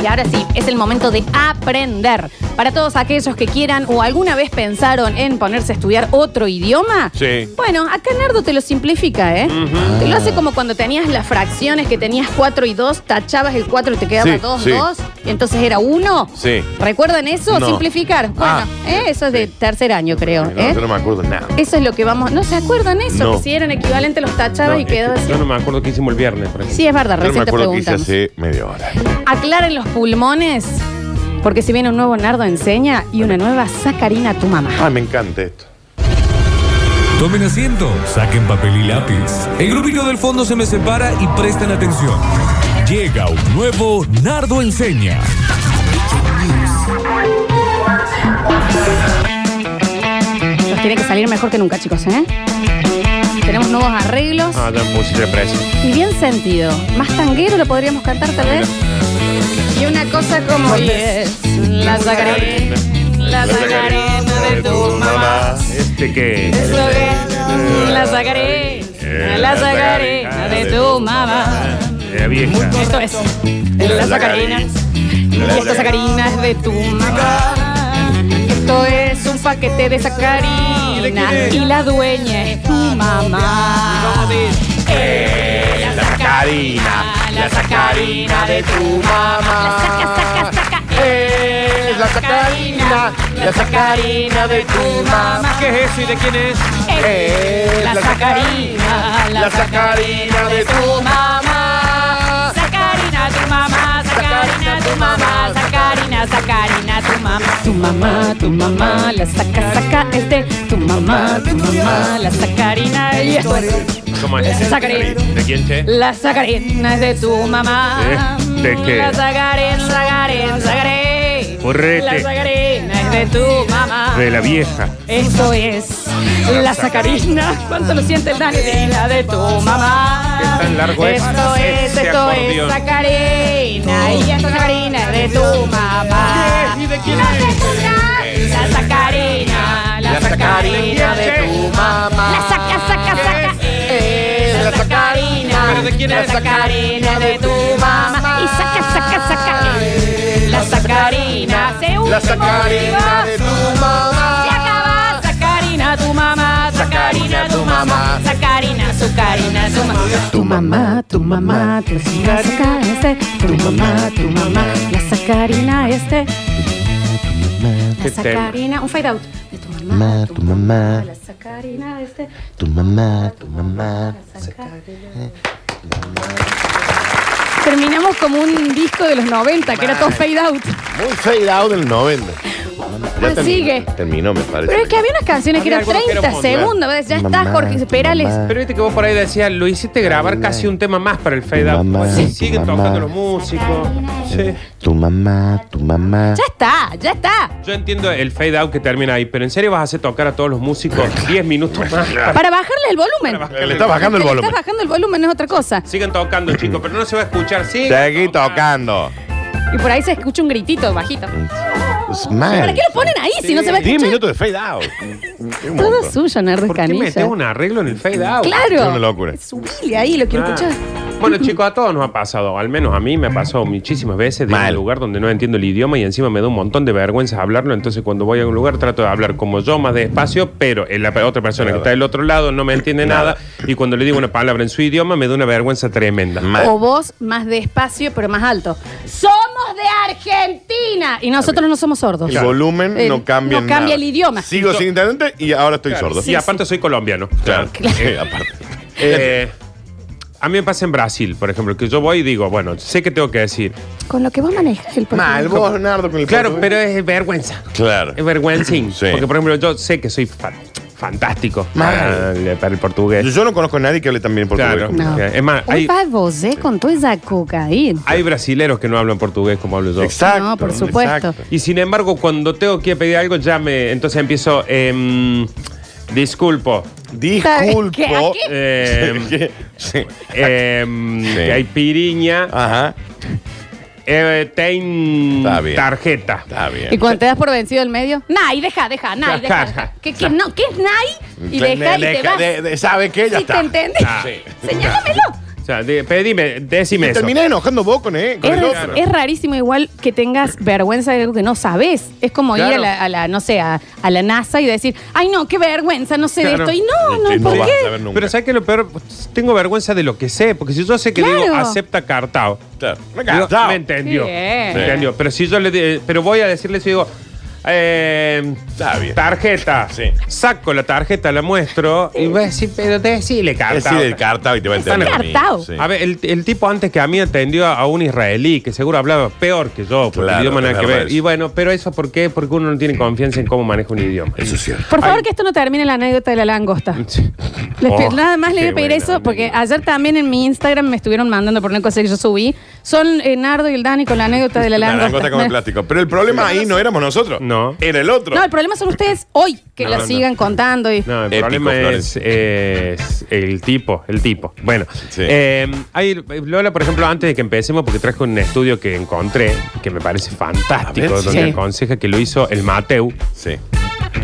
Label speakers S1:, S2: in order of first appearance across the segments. S1: Y ahora sí, es el momento de aprender. Para todos aquellos que quieran o alguna vez pensaron en ponerse a estudiar otro idioma,
S2: Sí.
S1: bueno, acá Nardo te lo simplifica, ¿eh?
S2: Ujú.
S1: Te lo hace como cuando tenías las fracciones que tenías 4 y 2, tachabas el 4 y te quedaba
S2: Sí,
S1: 2,
S2: sí.
S1: 2, y entonces era 1.
S2: Sí.
S1: ¿Recuerdan eso?
S2: No.
S1: Simplificar. Bueno,
S2: Ah,
S1: ¿eh? eso es de
S2: sí.
S1: tercer año, creo.
S2: No,
S1: ¿eh?
S2: Yo no me acuerdo nada.
S1: Eso es lo que vamos. ¿No se acuerdan eso?
S2: No.
S1: Que si eran equivalentes los tachabas
S2: No,
S1: y quedaba
S2: es que
S1: así.
S2: Yo no me acuerdo qué hicimos el viernes, por ejemplo.
S1: Sí, es verdad,
S2: Yo no me
S1: recién te
S2: acuerdo qué hice
S1: preguntamos.
S2: hace media hora.
S1: Aclaren los pulmones, porque si viene un nuevo Nardo enseña y una nueva sacarina a tu mamá.
S2: Ay, Ah, me encanta esto.
S3: Tomen asiento, saquen papel y lápiz. El grupito del fondo se me separa y prestan atención. Llega un nuevo Nardo Enseña.
S1: Nos tiene que salir mejor que nunca, chicos, ¿eh? Tenemos nuevos arreglos
S2: Ah, ya pusiste precio.
S1: y bien sentido. Más tanguero lo podríamos cantar tal vez. Y una cosa como es la sacarina, la sacarina de tu mamá.
S2: ¿Este qué?
S1: Eso es, la
S2: eh,
S1: sacarina, eh, la sacarina de tu mamá.
S2: La vieja.
S1: Esto es la sacarina. Y esta sacarina es de tu mamá. Esto es un paquete de sacarina. Y la dueña es tu mamá. Eh, La
S2: sacarina, la sacarina de tu mamá.
S1: Saca, saca, saca.
S2: Es la sacarina, la sacarina de tu mamá.
S4: ¿Qué es eso y de quién es?
S2: Es
S1: La sacarina,
S2: Eh, la sacarina de tu mamá.
S1: Sacarina, tu mamá, sacarina, tu mamá, sacarina, sacarina, tu mamá. Tu mamá, tu mamá, la saca, saca, es de tu mamá, tu mamá, la sacarina, y esto es.
S2: ¿Cómo es?
S1: Sacarina.
S2: ¿De quién, che?
S1: La sacarina es de tu mamá.
S2: ¿Eh? ¿De qué?
S1: La sacarina, sacarina, sacarina.
S2: Correte.
S1: La sacarina es de tu mamá.
S2: De la vieja.
S1: Eso es la sacarina. ¿Cuánto lo siente el Dani? De la de tu mamá.
S2: Qué tan largo es
S1: Esto es,
S2: ese
S1: esto es
S2: acordeón.
S1: sacarina. Y esta sacarina es de tu mamá.
S2: ¿Y de quién
S1: No
S2: es?
S1: sé escuchar. La sacarina, la
S2: La
S1: sacarina
S2: sacarina
S1: de tu mamá. La saca, saca, saca. Es la sacarina.
S4: ¿Pero de quién
S1: La
S4: es?
S1: sacarina de tu mamá. Y saca, saca, saca. La sacarina. Se une
S2: La sacarina de tu
S1: se
S2: mamá.
S1: acaba Sacarina, tu mamá, Sacarina, tu mamá, Sacarina, Sacarina, tu mamá.
S5: Tu mamá, tu mamá, tu saca este. Tu mamá, tu mamá,
S1: La Sacarina este, la
S2: Qué tema.
S1: Sacarina, un fade out. De tu
S5: mamá, tu mamá,
S1: La Sacarina este,
S5: tu mamá, tu mamá.
S1: la Sacarina. Terminamos como un disco de los 90, que era todo fade out.
S2: Muy fade out del 90.
S1: Ah, sigue.
S2: Terminó, me parece.
S1: Pero es que había unas canciones que eran
S4: Había algunos que
S1: 30
S4: eran monos,
S1: segundos. ¿verdad? Ya está,
S5: Mamá,
S1: Jorge Perales.
S5: mamá.
S4: Pero viste que vos por ahí decías, lo hiciste grabar casi un tema más para el fade out.
S5: Mamá,
S4: Sí, siguen
S5: mamá.
S4: tocando los músicos. Sí.
S5: Tu mamá, tu mamá.
S1: Ya está, ya está.
S4: Yo entiendo el fade out que termina ahí, pero ¿en serio vas a hacer tocar a todos los músicos 10 minutos más?
S1: Para bajarle el volumen.
S4: bajarle
S2: Le está bajando el
S1: Te le
S2: volumen.
S1: Estás bajando el volumen, es otra cosa.
S4: Siguen tocando, chicos, pero no se va a escuchar. Siguen
S2: Seguí tocando.
S1: Y por ahí se escucha un gritito bajito. ¿Para
S5: Smile.
S1: qué lo ponen ahí si no se va a
S2: 10
S1: escuchar?
S2: minutos de fade out. Qué
S1: Todo
S2: montón.
S1: suyo, Nardo
S4: ¿Por qué
S1: Escanilla.
S4: metes un arreglo en el fade out?
S2: Es
S1: Claro.
S2: una locura.
S1: Subile ahí, lo quiero
S4: Ah.
S1: escuchar.
S4: Bueno, chicos, a todos nos ha pasado, al menos a mí me ha pasado muchísimas veces de ir a
S2: Mal.
S4: un lugar donde no entiendo el idioma y encima me da un montón de vergüenza hablarlo, entonces cuando voy a un lugar trato de hablar como yo más despacio, pero el- la pe- otra persona que
S2: Nada.
S4: está del otro lado no me entiende nada.
S2: Nada.
S4: y cuando le digo una palabra en su idioma me da una vergüenza tremenda.
S2: Mal.
S1: O vos más despacio, pero más alto. ¡Somos de Argentina! Y nosotros no somos sordos.
S2: El volumen
S1: El-
S2: no cambia
S1: No
S2: en
S1: cambia
S2: nada.
S1: el idioma.
S2: Sigo sin intendente y ahora estoy sordo.
S4: y aparte soy colombiano.
S2: Claro. Sí, aparte.
S4: Eh, a mí me pasa en Brasil, por ejemplo, que yo voy y digo, bueno, sé que tengo que decir.
S1: Con lo que vos manejás el
S2: Mal,
S1: portugués.
S2: vos, Nardo, con el
S4: Claro,
S2: portugués.
S4: pero es vergüenza.
S2: Claro.
S4: Es vergüencing.
S2: Sí.
S4: Porque, por ejemplo, yo sé que soy fan- fantástico
S2: Mal.
S4: para el- para el portugués.
S2: Yo no conozco a nadie que hable también portugués.
S4: Claro.
S2: como-
S1: No.
S4: Es más,
S1: Hoy
S4: hay-
S1: vas vos, eh, con toda esa cocaína.
S4: Hay brasileros que no hablan portugués como hablo yo.
S2: Exacto.
S1: No, por supuesto.
S2: exacto.
S4: Y sin embargo, cuando tengo que pedir algo, ya me. Entonces empiezo. em, disculpo.
S2: Disculpo.
S1: ¿Qué? ¿A qué?
S4: em,
S2: Sí.
S4: em,
S2: Sí. Ah.
S4: que Hay piriña.
S2: Ajá.
S4: eh, ten
S2: Está bien.
S4: tarjeta.
S2: Está
S1: Y
S2: bien.
S1: cuando te das por vencido el medio, Nay, deja, deja, Nay, deja. deja. ¿Qué, qué- no, ¿Qué es Nay? Y deja y te
S2: Deja
S1: vas.
S2: de- de- ¿Sabe qué? Ya
S1: Si te
S2: está.
S1: entendés,
S2: Sí.
S1: señálamelo.
S4: Ah. O sea, de- pedime, decime
S2: Te
S4: eso.
S2: terminás enojando vos con, eh, con
S1: Es,
S2: el
S1: ra-
S2: otro.
S1: es rarísimo igual que tengas vergüenza de algo que no sabes. Es como ir a
S4: Claro.
S1: la, a la, no sé, a, a la NASA y decir, ay no, qué vergüenza, no sé de
S4: Claro.
S1: esto. Y no,
S6: Que
S1: no, ¿por
S6: vas
S1: qué?
S6: a saber nunca.
S4: Pero ¿sabes qué es lo peor? Tengo vergüenza de lo que sé, porque si yo sé que
S1: Claro.
S4: digo acepta cartao,
S6: Claro.
S4: digo,
S2: Cartao.
S4: me entendió.
S1: Qué
S4: Me
S1: bien.
S4: entendió. Pero si yo le di- eh, pero voy a decirle eso y digo, eh,
S6: Está bien.
S4: tarjeta.
S6: Sí.
S4: Saco la tarjeta, la muestro y voy a decir, pero decile
S6: Es
S4: cartao.
S6: decir, el cartao y te va a entender.
S1: Están
S6: mí.
S1: cartao.
S6: Sí.
S4: A ver, el, el tipo antes que a mí atendió a un israelí que seguro hablaba peor que yo, porque
S6: Claro,
S4: el idioma nada
S6: es
S4: que
S6: verdad
S4: ver.
S6: eso.
S4: Y bueno, pero eso ¿por qué? Porque uno no tiene confianza en cómo maneja un idioma.
S6: Eso es cierto.
S1: Por favor, que esto no termine en la anécdota de la langosta. Les pido-
S4: Oh,
S1: nada más le voy
S4: qué
S1: a pedir
S4: buena
S1: eso, porque
S4: anécdota.
S1: ayer también en mi Instagram me estuvieron mandando por una cosa que yo subí. Son eh, Nardo y el Dani con la anécdota de la
S6: La
S1: langosta.
S6: langosta come plástico. Pero el problema ahí no éramos nosotros.
S4: No.
S6: Era el otro.
S1: No, el problema son ustedes hoy, que
S4: No,
S1: la
S4: no.
S1: sigan contando. Y...
S4: No, el
S6: Épico,
S4: problema es,
S6: Flores.
S4: es el tipo, el tipo. Bueno,
S6: Sí.
S4: eh, hay, Lola, por ejemplo, antes de que empecemos, porque trajo un estudio que encontré, que me parece fantástico,
S6: A ver, sí.
S4: donde
S1: Sí.
S4: aconseja que lo hizo el Mateu.
S6: Sí.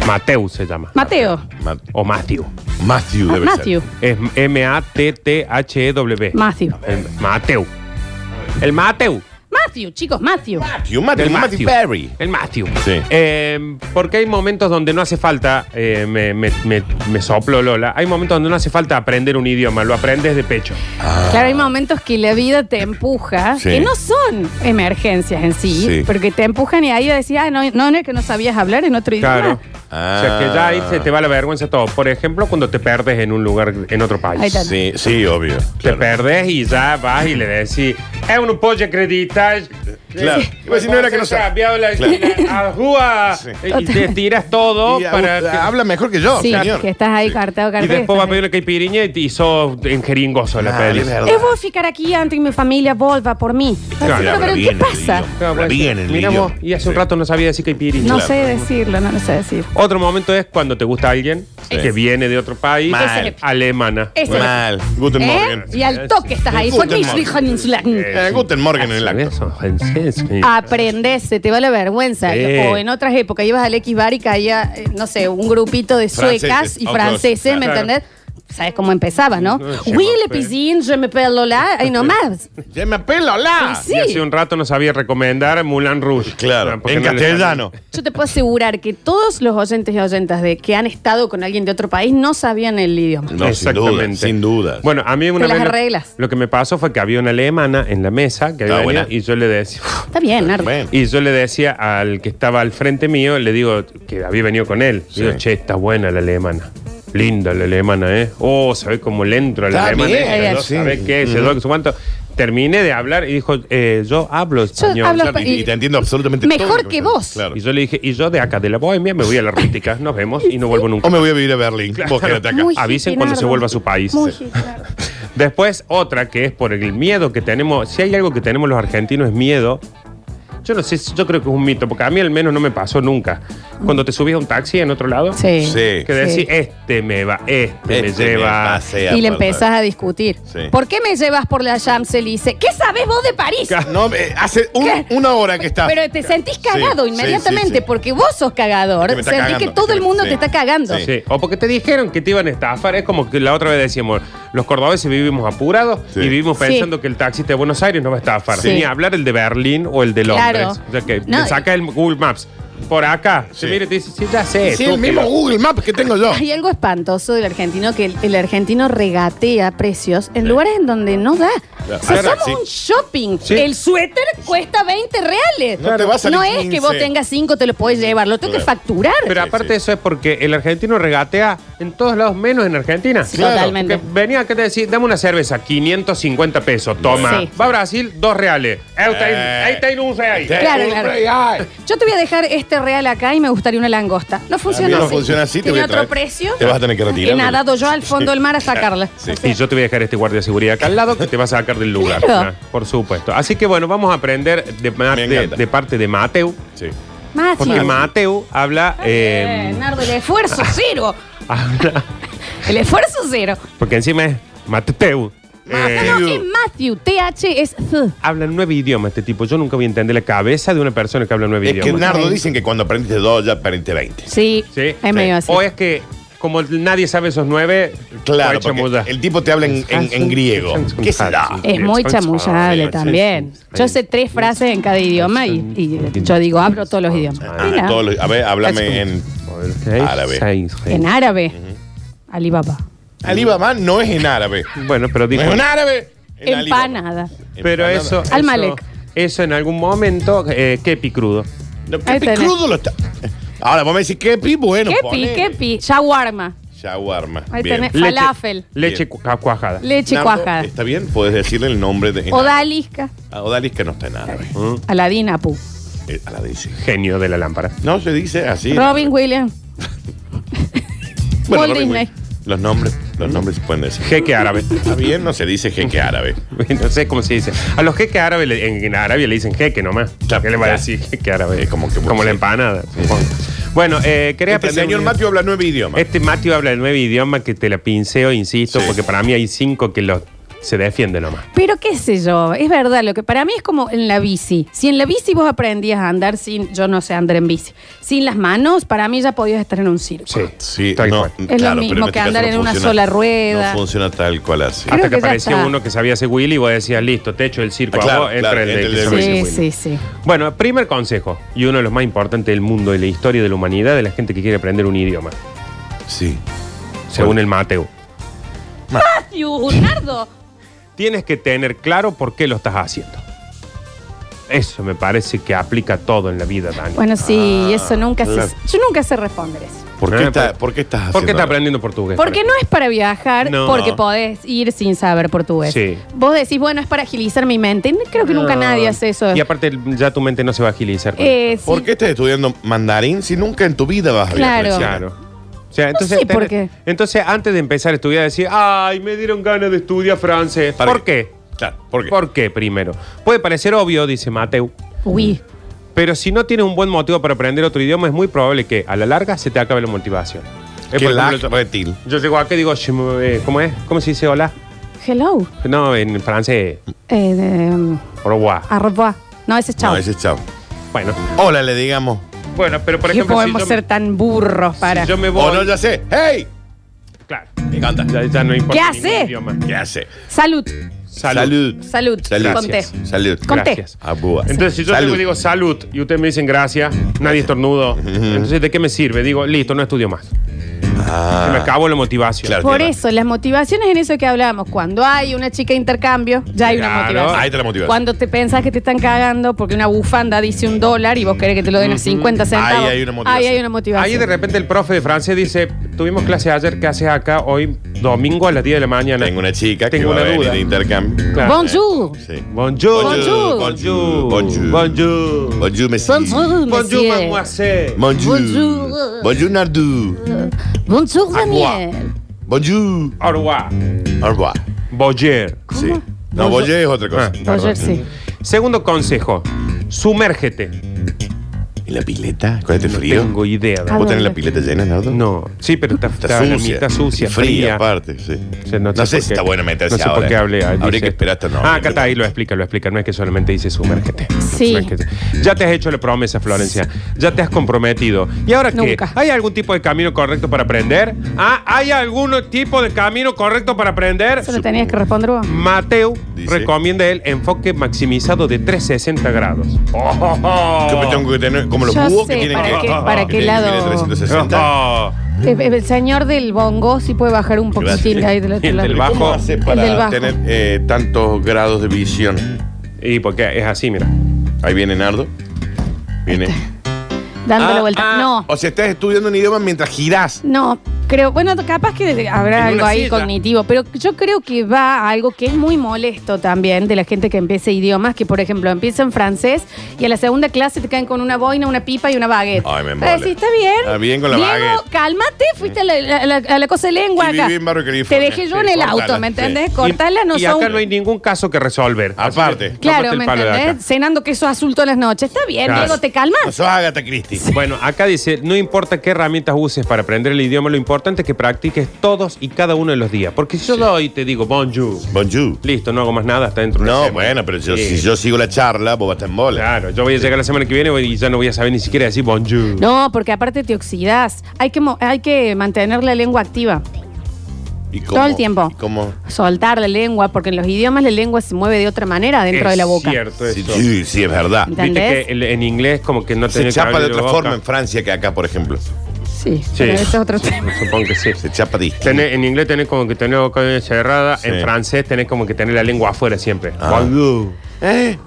S4: Mateu se llama.
S1: Mateo.
S6: Ma-
S4: O Matthew.
S6: Matthew debe
S1: Matthew.
S6: ser.
S4: Es M-A-T-T-H-E-W.
S1: Matthew.
S4: E El Mateu. El Mateu.
S1: Matthew, chicos, Matthew.
S6: Matthew. Matthew.
S4: El
S6: Matthew
S4: Matthew.
S6: Perry.
S4: El Matthew.
S6: Sí.
S4: Eh, porque hay momentos donde no hace falta, eh, me, me, me- me soplo Lola, hay momentos donde no hace falta aprender un idioma, lo aprendes de pecho.
S1: Claro, hay momentos que la vida te empuja,
S6: Sí.
S1: que no son emergencias en sí,
S6: Sí.
S1: porque te empujan y ahí decís, ah, no, no, no es que no sabías hablar en otro
S4: Claro.
S1: idioma.
S6: Ah.
S4: O sea que ya ahí se te va la vergüenza todo. Por ejemplo, cuando te perdes en un lugar, en otro país.
S1: Ahí está.
S6: Sí, sí, obvio.
S4: Te
S6: Claro.
S4: perdes y ya vas y "Eh, le decís, es un pollo acreditar.
S6: Claro. Iba a decir, no era que no sabe. Sí.
S4: eh,
S6: uh,
S4: Y te tiras todo
S2: Y, ah,
S4: Oh, para. que-
S2: Habla mejor que yo,
S1: Sí,
S2: señor.
S1: que estás ahí cartado,
S4: y
S1: cartado.
S4: después va a
S1: estás
S4: pedir una caipirinha y, y sos en jeringoso la
S6: Ah,
S4: peli.
S6: es verdad.
S1: ahí. Eh, voy a ficar aquí antes que mi familia vuelva por mí.
S6: Claro,
S1: Pero,
S6: habla
S1: pero,
S6: bien
S1: ¿qué
S6: el
S1: pasa?
S6: idioma.
S4: Claro,
S6: Habla
S4: puede
S6: bien
S4: ser.
S6: el
S4: Mira
S6: idioma.
S4: pues, vos, y hace un
S6: Sí.
S4: rato no sabía decir caipirinha.
S1: No
S6: Claro.
S1: sé decirlo, no lo sé decir.
S4: Otro momento es cuando te gusta alguien
S6: Sí.
S4: que viene de otro país,
S6: Mal.
S4: alemana.
S1: Ese.
S6: Mal. Guten
S1: ¿Eh?
S6: Morgen.
S1: Y al Ah, toque estás ahí.
S6: Guten
S1: Fue
S6: Morgen.
S1: Mischlichon ins Land.
S6: Eh, Guten Morgen en el acto.
S4: Eso, eso, eso.
S1: Ah, Aprendes, se te va la vergüenza.
S4: Sí.
S1: O en otras épocas ibas al X bar y caía, eh, no sé, un grupito de
S6: Franceses,
S1: suecas y
S6: otros,
S1: franceses,
S6: claro.
S1: ¿me entendés? ¿Sabes cómo empezaba, no?
S4: No, sí,
S1: Oui,
S4: no
S1: le
S4: sé.
S1: piscine, je me pelo là, y no más.
S2: Se me pela la.
S1: Sí.
S4: Y hace un rato no sabía recomendar Mulan Rouge.
S6: Claro.
S4: No, porque
S6: En
S4: no le sale.
S6: castellano.
S1: Yo te puedo asegurar que todos los oyentes y oyentas de que han estado con alguien de otro país no sabían el idioma.
S6: No, sin duda. Sin duda.
S4: Bueno, a mí una
S1: las
S4: vez lo-
S1: arreglas.
S4: Lo, que me pasó fue que había una alemana en la mesa que
S6: Ah,
S4: había
S6: buena.
S4: venido y yo le decía,
S1: Está bien, Nardo.
S6: Bueno.
S4: y yo le decía al que estaba al frente mío, le digo que había venido con él.
S6: Sí.
S4: Digo, che, está buena la alemana. Linda la alemana, ¿eh? Oh, se ve como le entro a la
S2: Está
S4: alemana.
S2: bien,
S4: eh, no
S2: sí.
S4: sabe qué, se doy su cuánto. Terminé de hablar y dijo, eh, yo hablo español.
S1: hablo
S6: Claro, y,
S1: y-
S6: y te entiendo absolutamente
S1: Mejor
S6: todo lo
S1: que
S6: me
S1: vos.
S6: Claro.
S4: Y yo le dije, y yo de acá, de la bohemia, me voy a la rústica, nos vemos y no vuelvo nunca.
S6: O me voy a vivir a Berlín. Vos quédate acá.
S1: Muy
S4: Avisen
S1: hippie,
S4: cuando se
S1: Nardo.
S4: vuelva a su país.
S1: Muy
S4: Sí.
S1: hippie, Nardo.
S4: Después, otra que es por el miedo que tenemos. Si hay algo que tenemos los argentinos es miedo. Yo no sé, si- yo creo que es un mito, porque a mí al menos no me pasó nunca. Cuando te subís a un taxi en otro lado,
S1: Sí.
S6: Sí.
S4: que decís, este me va, este, me
S6: Este me
S4: lleva.
S6: pasea
S1: Y le
S6: por-
S1: empezás a discutir.
S6: Sí.
S1: ¿Por qué me llevas por la Champs-Élysées? ¿Qué sabes vos de París?
S6: No, eh, hace un-
S1: ¿Qué?
S6: una hora que está.
S1: Pero te sentís cagado
S6: Sí,
S1: inmediatamente
S6: sí, sí, sí.
S1: porque vos sos
S6: Es
S1: cagador.
S6: que me está
S1: Sentís
S6: cagando,
S1: que todo el mundo
S6: sí.
S1: te está cagando.
S6: Sí.
S4: Sí, O porque te dijeron que te iban a estafar. Es como que la otra vez decíamos, los cordobeses vivimos apurados
S6: Sí.
S4: y vivimos
S1: Sí.
S4: pensando que el taxista de Buenos Aires nos va a estafar.
S1: Sí.
S4: Ni hablar el de Berlín o el de
S1: Claro.
S4: Londres. O sea que
S1: No,
S4: te saca el Google Maps. Por acá.
S6: Sí.
S4: Se mira y te dice, sí, ya sé.
S2: Sí,
S4: tú,
S2: el mismo
S4: pero-
S2: Google Maps que tengo yo.
S1: Hay algo espantoso del argentino que el, el argentino regatea precios en lugares en donde no da.
S6: Claro.
S1: O sea,
S6: Claro,
S1: somos
S6: sí.
S1: un shopping.
S4: Sí.
S1: El suéter cuesta 20 reales.
S6: No te va a salir
S1: No es
S6: 15.
S1: que vos tengas 5, te lo podés llevar, lo tengo que
S6: Claro.
S1: facturar.
S4: Pero
S6: Sí,
S4: aparte
S6: sí.
S4: eso es porque el argentino regatea en todos lados, menos en Argentina.
S1: Sí, Claro. totalmente.
S4: Que venía acá y te decía, dame una cerveza, 550 pesos, toma.
S1: Sí.
S4: Va a Brasil, dos reales. Ahí está,
S6: Eh.
S4: ahí está un real.
S6: Sí.
S1: Claro,
S2: Eh,
S1: claro.
S2: ay.
S1: Yo te voy a dejar este real acá y me gustaría una langosta. No funciona
S6: También no
S1: así.
S6: funciona así, te
S1: Tiene
S6: voy a
S1: otro
S6: traer-
S1: precio.
S6: te vas a tener que retirar.
S1: He nadado yo al fondo del mar a sacarla.
S6: Sí.
S1: O sea,
S4: Y yo te voy a dejar este guardia de seguridad acá al lado que te va a sacar del lugar.
S1: Claro.
S4: Ah, Por supuesto. Así que bueno, vamos a aprender de, ma-
S6: Me
S4: de-
S6: encanta.
S4: de parte de Mateu.
S6: Sí.
S1: Machi.
S4: Porque Mateu habla... eh,
S1: Eh, Nardo, el esfuerzo cero.
S4: habla-
S1: El esfuerzo cero.
S4: porque encima es Mateu. Eh,
S1: No, no, es Matthew. TH es Z.
S4: habla nueve idiomas este tipo. Yo nunca voy a entender la cabeza de una persona que habla nueve
S6: Es que
S4: idiomas.
S6: Nardo dicen que cuando aprendiste dos ya aprendiste 20.
S1: Sí,
S4: Sí.
S1: es medio así.
S4: O es que como el- nadie sabe esos nueve,
S6: Claro,
S4: fue chamulla.
S6: porque el tipo te habla en, en- en griego. ¿Qué será?
S1: Es muy chamullable también. Yo sé tres frases en cada idioma y, y yo digo, abro todos los idiomas.
S6: Ah,
S1: Mira,
S6: todos los- a ver, háblame en árabe.
S1: en árabe, Alibaba.
S6: Alibaba no es en árabe.
S4: Bueno, pero
S6: No
S4: dijo.
S6: es en árabe. En Alibaba.
S1: Empanada.
S4: Pero eso.
S1: Al
S4: eso-
S1: Malek.
S4: Eso en algún momento, eh, kepi crudo.
S6: No,
S1: Ahí
S6: Kepi
S1: tenés.
S6: crudo lo está. Ahora vos me decís Kepi, bueno.
S1: Kepi,
S6: ponele.
S1: kepi, shawarma.
S6: Shawarma.
S1: Ahí
S6: Bien.
S1: tenés.
S4: Leche-
S1: Falafel.
S4: Leche
S6: Bien.
S4: cua- cuajada.
S1: Leche
S6: Nardo,
S1: cuajada.
S6: Está bien, puedes decirle el nombre de. en árabe.
S1: Odalisca.
S6: A Odalis que no está en árabe.
S1: Aladín Apu.
S6: Eh, a la dice.
S4: Genio de la lámpara.
S6: No se dice así.
S1: Robin Williams. Walt
S6: Robin
S1: Disney.
S6: Williams. Los nombres, los nombres se pueden decir.
S4: Jeque árabe.
S6: Está bien, no se dice jeque árabe.
S4: No sé cómo se dice. A los jeques árabes le- en, en Arabia le dicen jeque nomás.
S6: Claro,
S4: ¿Qué le va a
S6: claro.
S4: decir jeque árabe?
S6: Eh, como que-
S4: la empanada, supongo. Bueno, eh, quería
S6: Este
S4: aprender
S6: señor
S4: un-
S6: Mateo habla nueve idiomas.
S4: Este Matthew habla de nueve idiomas que te la pinceo, insisto,
S6: Sí.
S4: porque para mí hay cinco que lo, se defienden nomás.
S1: Pero qué sé yo, es verdad, lo que para mí es como en la bici. Si en la bici vos aprendías a andar sin, yo no sé andar en bici, sin las manos, para mí ya podías estar en un circo.
S4: Sí,
S6: Sí,
S4: tal
S6: no,
S4: cual.
S1: Es lo
S6: claro,
S1: mismo
S6: pero este
S1: que
S6: caso
S1: andar
S6: no
S1: en una
S6: funciona-
S1: sola rueda.
S6: No funciona tal cual así.
S1: Creo
S4: Hasta que
S1: que ya
S4: apareció
S1: está.
S4: uno que sabía hacer Willy y vos decías, listo, techo del circo
S6: Ah,
S4: a
S6: claro,
S4: vos, entra
S6: claro,
S4: el de
S6: entra el
S4: que
S6: de
S4: sabe hacer
S1: Sí,
S4: Willy.
S1: sí, sí.
S4: Bueno, primer consejo, y uno de los más importantes del mundo y la historia de la humanidad, de la gente que quiere aprender un idioma,
S6: Sí.
S4: según el Mateo.
S1: Matthew, Nardo,
S4: Tienes que tener claro por qué lo estás haciendo. Eso me parece que aplica a todo en la vida, Dani.
S1: Bueno,
S4: Ah,
S1: sí, eso nunca
S6: claro.
S1: se. Yo nunca sé responder eso.
S6: ¿Por qué,
S4: Eh,
S6: está-
S4: por-
S6: por qué estás haciendo?
S4: ¿Por qué estás aprendiendo portugués?
S1: Porque
S4: por
S1: no es para viajar,
S4: No.
S1: porque podés ir sin saber portugués.
S4: Sí.
S1: Vos decís, bueno, es para agilizar mi mente. Creo que
S4: ejemplo?
S1: nunca
S4: No.
S1: nadie hace eso.
S4: Y aparte ya tu mente no se va a agilizar. con esto.
S1: Eh, sí.
S6: ¿Por qué estás estudiando mandarín si nunca en tu vida vas a
S1: Claro.
S6: viajar?
S4: Claro. O sea, entonces,
S1: sé por
S4: tenés-
S1: qué.
S4: entonces, antes de empezar a estudiar, decir, ay, me dieron ganas de estudiar francés.
S6: ¿Para
S4: ¿Por qué?
S6: Claro, ¿por qué?
S4: ¿Por qué primero? Puede parecer obvio, dice Mateu,
S1: Uy.
S4: pero si no tienes un buen motivo para aprender otro idioma, es muy probable que a la larga se te acabe la motivación.
S6: ¿Qué
S4: Es, por
S6: lag
S4: ejemplo,
S6: retil?
S4: yo llego acá y digo, "Je me- eh, ¿cómo es? ¿Cómo se dice hola?
S1: Hello.
S4: No, en francés,
S1: Eh, de-
S4: au revoir.
S1: au revoir. No, ese es chao.
S6: No, ese es chao.
S4: Bueno,
S6: Hola, le digamos.
S4: bueno, pero por
S1: ¿Qué
S4: ejemplo, si
S1: podemos
S4: yo,
S1: ser tan burros para?
S4: si yo me
S6: O
S4: voy,
S6: no, ya sé. ¡Hey!
S4: claro,
S6: Me encanta.
S4: ya, ya no importa
S1: ¿Qué
S4: ningún
S1: hace?
S4: idioma.
S6: ¿Qué hace?
S1: Salud.
S6: Salud.
S1: Salud.
S6: Salud.
S1: Conté.
S6: Gracias. Salud.
S1: Con té.
S4: Gracias.
S6: Abúa.
S4: Entonces, si yo
S6: Ah, Salud.
S4: tengo y digo salud y ustedes me dicen gracias, nadie estornudo. Entonces, ¿de qué me sirve? Digo, listo, no estudio más. Se me
S6: Ah,
S4: acabó la motivación.
S6: Claro.
S1: Por
S6: tiene
S1: eso, las motivaciones en eso que hablábamos. Cuando hay una chica de intercambio, ya hay una
S4: Claro.
S1: motivación.
S6: Ahí te la motivación.
S1: Cuando te pensás que te están cagando porque una bufanda dice un dólar y vos querés que te lo den a 50 centavos.
S6: Ahí hay una motivación.
S1: Ahí hay una motivación.
S4: Ahí de repente el profe de francés dice, tuvimos clase ayer, ¿qué haces acá hoy domingo a las 10 de la mañana?
S6: tengo una chica
S4: Tengo
S6: que va
S4: una
S6: a venir
S4: duda.
S6: de intercambio.
S4: Claro.
S1: Bonjour.
S6: Sí.
S4: Bonjour.
S1: Bonjour.
S6: Bonjour.
S4: Bonjour. Bonjour.
S6: Bonjour, Messi.
S1: Bonjour,
S4: Bonjour,
S1: monsieur.
S4: mademoiselle.
S6: Bonjour.
S1: Bonjour.
S6: Bonjour, Nardu.
S1: Bonjour,
S6: Au revoir.
S1: Daniel.
S6: Bonjour.
S4: Au revoir.
S6: Au revoir.
S4: Bonjour.
S6: Sí. No, Bonjour es otra cosa.
S4: Ah.
S1: Bonjour, sí.
S4: Segundo consejo, sumérgete.
S6: ¿Y la pileta? Con este frío.
S4: Tengo idea. ¿no?
S1: Ah,
S6: ¿Vos tenés
S1: dónde?
S6: la pileta llena, Nardo?
S4: No, sí, pero está,
S6: Está
S4: la
S6: sucia.
S4: mitad sucia,
S6: Y fría,
S4: fría.
S6: aparte, sí.
S4: O sea,
S6: no, sé
S4: por
S6: si
S4: qué-
S6: está bueno meterse
S4: No sé por
S6: ahora.
S4: qué hablé. ahí
S6: Habría
S4: dice-
S6: que esperar hasta no.
S4: Ah, acá está, ahí lo explica, lo explica. No es que solamente dice sumérgete.
S1: Sí.
S4: Sumérgete. Ya te has hecho la promesa, Florencia. Ya te has comprometido. ¿Y ahora qué?
S1: Nunca.
S4: ¿Hay algún tipo de camino correcto para aprender? ¿Ah, ¿Hay algún tipo de camino correcto para aprender?
S1: Eso lo tenías que responder vos.
S4: Mateo
S6: Dice.
S4: recomienda el enfoque maximizado de 360 grados. Oh, oh, oh.
S6: Yo me tengo que tener como los
S1: Ya
S6: búhos que
S1: sé,
S6: tienen
S1: ¿para
S6: que. Ah,
S1: qué- para
S6: que
S1: qué
S6: tienen que
S1: lado?
S6: tener 360.
S4: Oh,
S1: Eh, eh, El señor del bongo si puede bajar un
S6: Mm. Gracias.
S1: poquitín ahí del otro
S4: El
S1: lado.
S4: del bajo.
S6: ¿Cómo hace
S1: del
S6: para
S1: bajo.
S6: tener eh, tantos grados de visión?
S4: Y porque es así, mira.
S6: Ahí viene Nardo. Viene.
S4: Este.
S1: Dándole
S6: Ah,
S1: vuelta.
S6: ah,
S1: no.
S6: O sea, estás estudiando un idioma mientras girás.
S1: No, creo, bueno, capaz que habrá
S6: En una
S1: algo ahí
S6: silla.
S1: cognitivo, pero yo creo que va a algo que es muy molesto también de la gente que empieza idiomas, que por ejemplo empieza en francés y a la segunda clase te caen con una boina, una pipa y una baguette.
S6: Ay, me
S1: Vas a decir, está bien.
S6: Está bien con la
S1: Diego,
S6: baguette.
S1: cálmate, fuiste a la, a la- a la cosa de lengua
S6: Y viví
S1: acá.
S6: en Barrio
S1: Te
S6: California.
S1: dejé yo
S6: Sí,
S1: en el
S6: cortala,
S1: auto, ¿me
S6: sí.
S1: entendés? Cortala, no
S4: y acá
S1: son-
S4: no hay ningún caso que resolver. Así
S6: Aparte.
S4: que
S1: Claro,
S4: tómate el
S1: ¿me
S4: palo de acá.
S1: entendés? Cenando queso azul todas las noches. Está bien,
S4: Claro.
S1: Diego, te calmas.
S6: Eso es Agatha Christie.
S4: Bueno, acá dice, no importa qué herramientas uses para aprender el idioma, lo, impor- importante es que practiques todos y cada uno de los días. Porque si yo doy y te digo bonjour,
S6: Bonjour.
S4: listo, no hago más nada, está dentro de una
S6: No,
S4: semana.
S6: bueno, pero yo- si
S4: Sí.
S6: yo sigo la charla, vos vas a estar en bola.
S4: Claro, yo voy a llegar la semana que viene y ya no voy a saber ni siquiera decir bonjour.
S1: No, porque aparte te oxidas. Hay que, mo- hay que mantener la lengua activa.
S6: ¿Y
S1: Todo el tiempo.
S6: ¿Y cómo?
S1: Soltar la lengua, porque en los idiomas la lengua se mueve de otra manera dentro
S4: Es
S1: de la boca.
S4: cierto
S6: Sí,
S4: eso.
S6: sí, sí, es verdad.
S1: Ent-
S4: Viste
S1: ¿Entendés?
S4: que el- en inglés como que no
S6: Se
S4: tenía que
S6: chapa de
S4: abrir la
S6: otra
S4: boca.
S6: forma en Francia que acá, por ejemplo.
S1: Sí,
S4: Sí.
S1: pero eso es otro tema.
S4: Pues Supongo que sí.
S6: Se chapa distinto.
S4: Tenés- en inglés tenés como que tener la boca cerrada,
S6: Sí.
S4: en francés tenés como que tener la lengua afuera siempre.
S6: Ah.
S4: Bonjour.
S6: ¿Eh?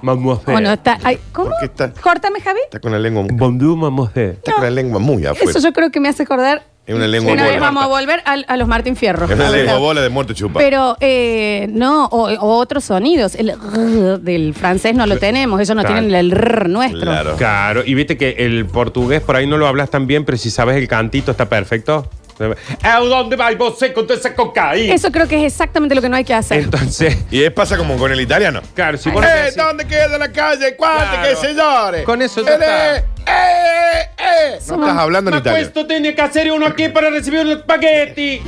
S4: Mademoiselle.
S1: Bueno, está. ay, ¿Cómo?
S6: ¿Por qué está-
S1: Córtame, Javi.
S6: Está con la lengua, está
S4: Bonjour, mademoiselle.
S6: con la lengua muy afuera.
S1: Eso yo creo que me hace acordar.
S6: Es una lengua
S1: Una vez
S6: bola.
S1: vamos a volver al- a, los Martín Fierro.
S6: Es una
S1: A ver.
S6: lengua bola de muerte chupa.
S1: Pero eh, no, o, o otros sonidos. El rrr del francés no lo tenemos, ellos no
S4: Claro.
S1: tienen el rrr nuestro.
S6: Claro.
S4: Claro, y viste que el portugués por ahí no lo hablas tan bien, pero si sabes el cantito está perfecto. ¿A dónde va vos con toda esa cocaína?
S1: Eso creo que es exactamente lo que no hay que hacer.
S4: Entonces,
S6: Y es pasa como con el italiano.
S4: claro, si vos no
S6: Eh,
S4: decís-
S6: ¿Dónde queda la calle? ¿Cuánto
S4: Claro.
S6: que se llore?
S4: Con eso ya
S6: Eh,
S4: está.
S6: eh, eh, eh. No
S1: Somos-
S6: estás hablando en
S4: Ma
S6: italiano. Eh,
S4: questo tiene que hacer uno aquí para recibir un spaghetti.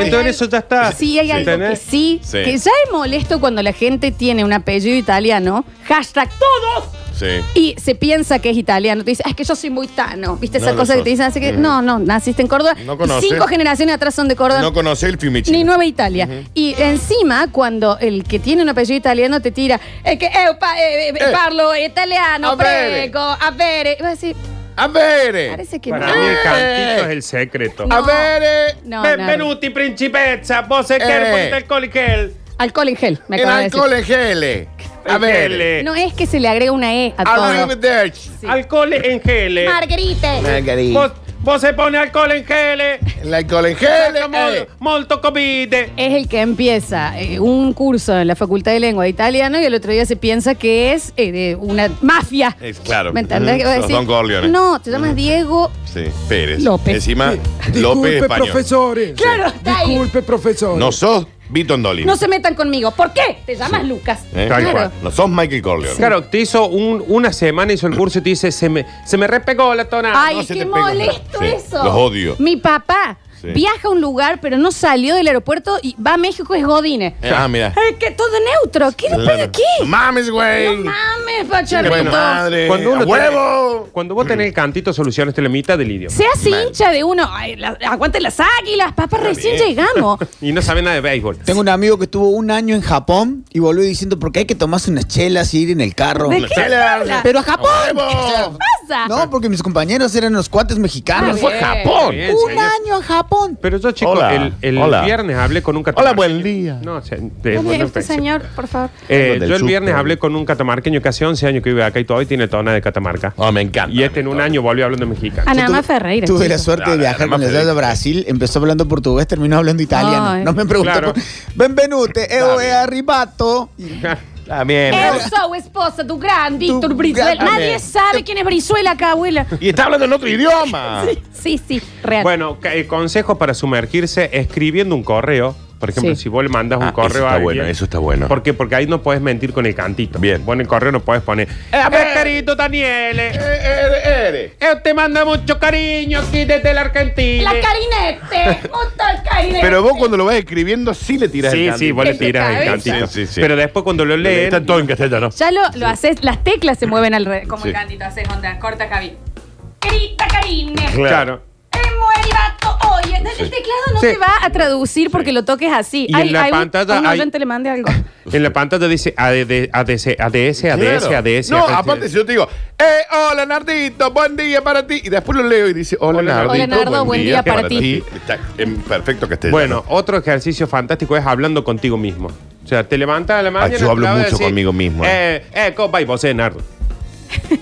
S4: Entonces eso ya está.
S1: Sí, hay algo que
S4: ¿Entendés?
S1: sí,
S6: Sí.
S1: que ya es molesto cuando la gente tiene un apellido italiano, hashtag todos,
S6: Sí.
S1: y se piensa que es italiano. Te dice, "Ah, es que yo soy muy tano. ¿Viste esa
S6: No, no
S1: cosa que
S6: sos. Mm.
S1: te dicen? Así que, no, no, naciste en Córdoba.
S6: No
S1: Y
S6: conoces.
S1: cinco generaciones atrás son de Córdoba.
S6: No conoce el fiumicino.
S1: Ni Nueva Italia. Y encima, cuando el que tiene un apellido italiano te tira, es que eu pa- eh, eh, parlo italiano,
S6: A ver.
S1: prego, a ver. eh", Y vas a decir,
S6: A ver. eh.
S1: parece que
S4: Para
S1: no.
S4: mí el cantito es el secreto.
S1: No.
S6: A ver. eh.
S1: No, no.
S4: Benvenuti, principessa, vos se
S6: Eh.
S4: quer ponete alcohol y gel.
S1: Alcohol en gel, me
S6: En
S1: acaba de decir.
S6: alcohol en gel. A ver.
S4: Gel.
S1: No es que se le agrega una E a todo.
S6: Arrivederci.
S4: Alcohol en gel.
S1: Margarite.
S4: Vos,
S6: Margarita.
S4: vos se pone alcohol en gel.
S6: El alcohol en gel. eh.
S4: Molto comide.
S1: Es el que empieza eh, un curso en la Facultad de Lengua de Italiano y el otro día se piensa que es eh, de una mafia.
S6: Es claro.
S1: ¿Me entendés?
S6: Ujú.
S1: Que vas a
S6: Los
S1: decir,
S6: Don Corleone. Mm.
S1: No, te llamas Diego.
S6: Sí, Pérez.
S1: López.
S6: Encima, López español.
S2: profesores.
S1: Claro, está ahí.
S2: Disculpe, profesor.
S6: No sos Vito Dolly.
S1: No se metan conmigo. ¿Por qué? Te llamas Lucas.
S6: ¿Eh?
S4: Tal
S1: Claro.
S4: cual.
S6: No sos Michael Corleone.
S4: Claro, te hizo un- una semana, hizo el curso y te dice, se me, se me repegó la tonada.
S1: Ay,
S6: no se
S1: qué
S6: te pega.
S1: molesto
S6: Sí,
S1: eso.
S6: los odio.
S1: Mi papá
S6: Sí.
S1: viaja a un lugar, pero no salió del aeropuerto y va a México, es Godine.
S6: Eh, ah, mira.
S1: Es que todo neutro. ¿Qué le pasa
S6: Claro.
S1: aquí?
S6: Mames, güey.
S1: No mames,
S6: Qué
S1: pacharrito.
S6: buena madre.
S4: Eh, Cuando uno
S6: ¡A huevo.
S4: tiene- cuando vos tenés el cantito, solucionaste la mitad del idioma.
S1: Se hace
S6: Mal.
S1: hincha de uno. Ay, la- aguante las águilas, papá, recién llegamos.
S4: Y no sabe nada de béisbol.
S7: Tengo un amigo que estuvo un año en Japón y volvió diciendo porque hay que tomarse unas chelas y ir en el carro.
S1: ¿De Ah, qué
S6: Chela.
S1: habla?
S7: Pero a Japón.
S6: ¡A huevo!
S1: ¿Qué pasa?
S7: No, porque mis compañeros eran unos cuates mexicanos.
S1: Ah, Fue a
S4: Japón.
S7: un año en Japón.
S4: Pero yo, chico,
S6: Hola,
S4: el, el
S6: hola.
S4: viernes hablé con un
S6: Hola,
S4: catamarqueño.
S6: buen día.
S4: No, o sea, de-
S1: Muy bien,
S4: bueno,
S1: este señor, por favor.
S4: Eh,
S6: Algo del
S4: yo el
S6: sur,
S4: viernes
S6: pero-
S4: hablé con un catamarqueño que hace 11 años que vive acá y todavía tiene tona de catamarca.
S6: Oh, me encanta.
S4: Y este en un año volvió hablando mexicano.
S1: Ana
S7: Tuve-
S1: más Ferreira.
S7: Tuve
S1: chico.
S7: la suerte de
S6: Claro,
S7: viajar
S6: además
S7: con el
S6: Federico.
S7: de Brasil. Empezó hablando portugués, terminó hablando italiano.
S1: Ay.
S7: No me preguntó.
S4: Claro.
S7: por- Benvenute, eu e arribato. Y-
S4: Ah.
S6: También.
S1: Eu soy esposa tu gran Víctor
S7: Tu
S1: Brizuela.
S7: gran-
S1: Nadie sabe quién es Brizuela acá, abuela.
S6: Y está hablando en otro idioma.
S1: Sí, sí, real.
S4: Bueno, ca- eh, consejo para sumergirse escribiendo un correo. Por ejemplo,
S1: Sí.
S4: si vos le mandas un
S6: Ah,
S4: correo
S6: eso
S4: a
S6: está
S4: alguien.
S6: bueno, eso está bueno.
S4: ¿Por qué? Porque ahí no puedes mentir con el cantito.
S6: Bien.
S4: Bueno, el correo no puedes poner.
S6: a ver.
S4: Eh, querido Daniele,
S6: Ere, ere.
S4: eh, te manda mucho cariño aquí desde la Argentina.
S1: la carinete, junto al carinete.
S6: Pero vos cuando lo vas escribiendo sí le tiras
S4: Sí,
S6: el
S4: sí,
S6: candil.
S4: vos le
S1: En tu
S4: tiras el
S1: cabeza.
S4: cantito.
S6: Sí, sí, sí.
S4: Pero después cuando lo leen.
S6: Está todo en castellano.
S1: Ya lo, lo haces, las teclas se mueven alrededor. Como
S6: Sí.
S1: el cantito, haces onda, corta Javi. Querita Karine.
S4: Claro.
S1: Hemos arribato hoy. El teclado no
S4: Sí.
S1: te va a traducir porque lo toques así.
S4: Y en la
S1: un-
S4: pantalla
S1: un,
S4: hay-
S1: oyente le mande algo.
S4: En la pantalla dice ADD, ADS, ADS, ADS,
S6: Claro.
S4: ADS.
S6: No, aparte si yo te digo, eh, hola Nardito, buen día para ti. Y después lo leo y dice, hola,
S4: Hola,
S6: Nardito.
S1: Hola, Nardo, buen día para ti.
S6: Está en perfecto castellano.
S4: Bueno, otro ejercicio fantástico es hablando contigo mismo. O sea, te levantas a la mañana.
S6: Ah, yo hablo
S4: te vas a
S6: mucho conmigo mismo,
S4: Eh, eh, compa, y vos, eh, Nardo.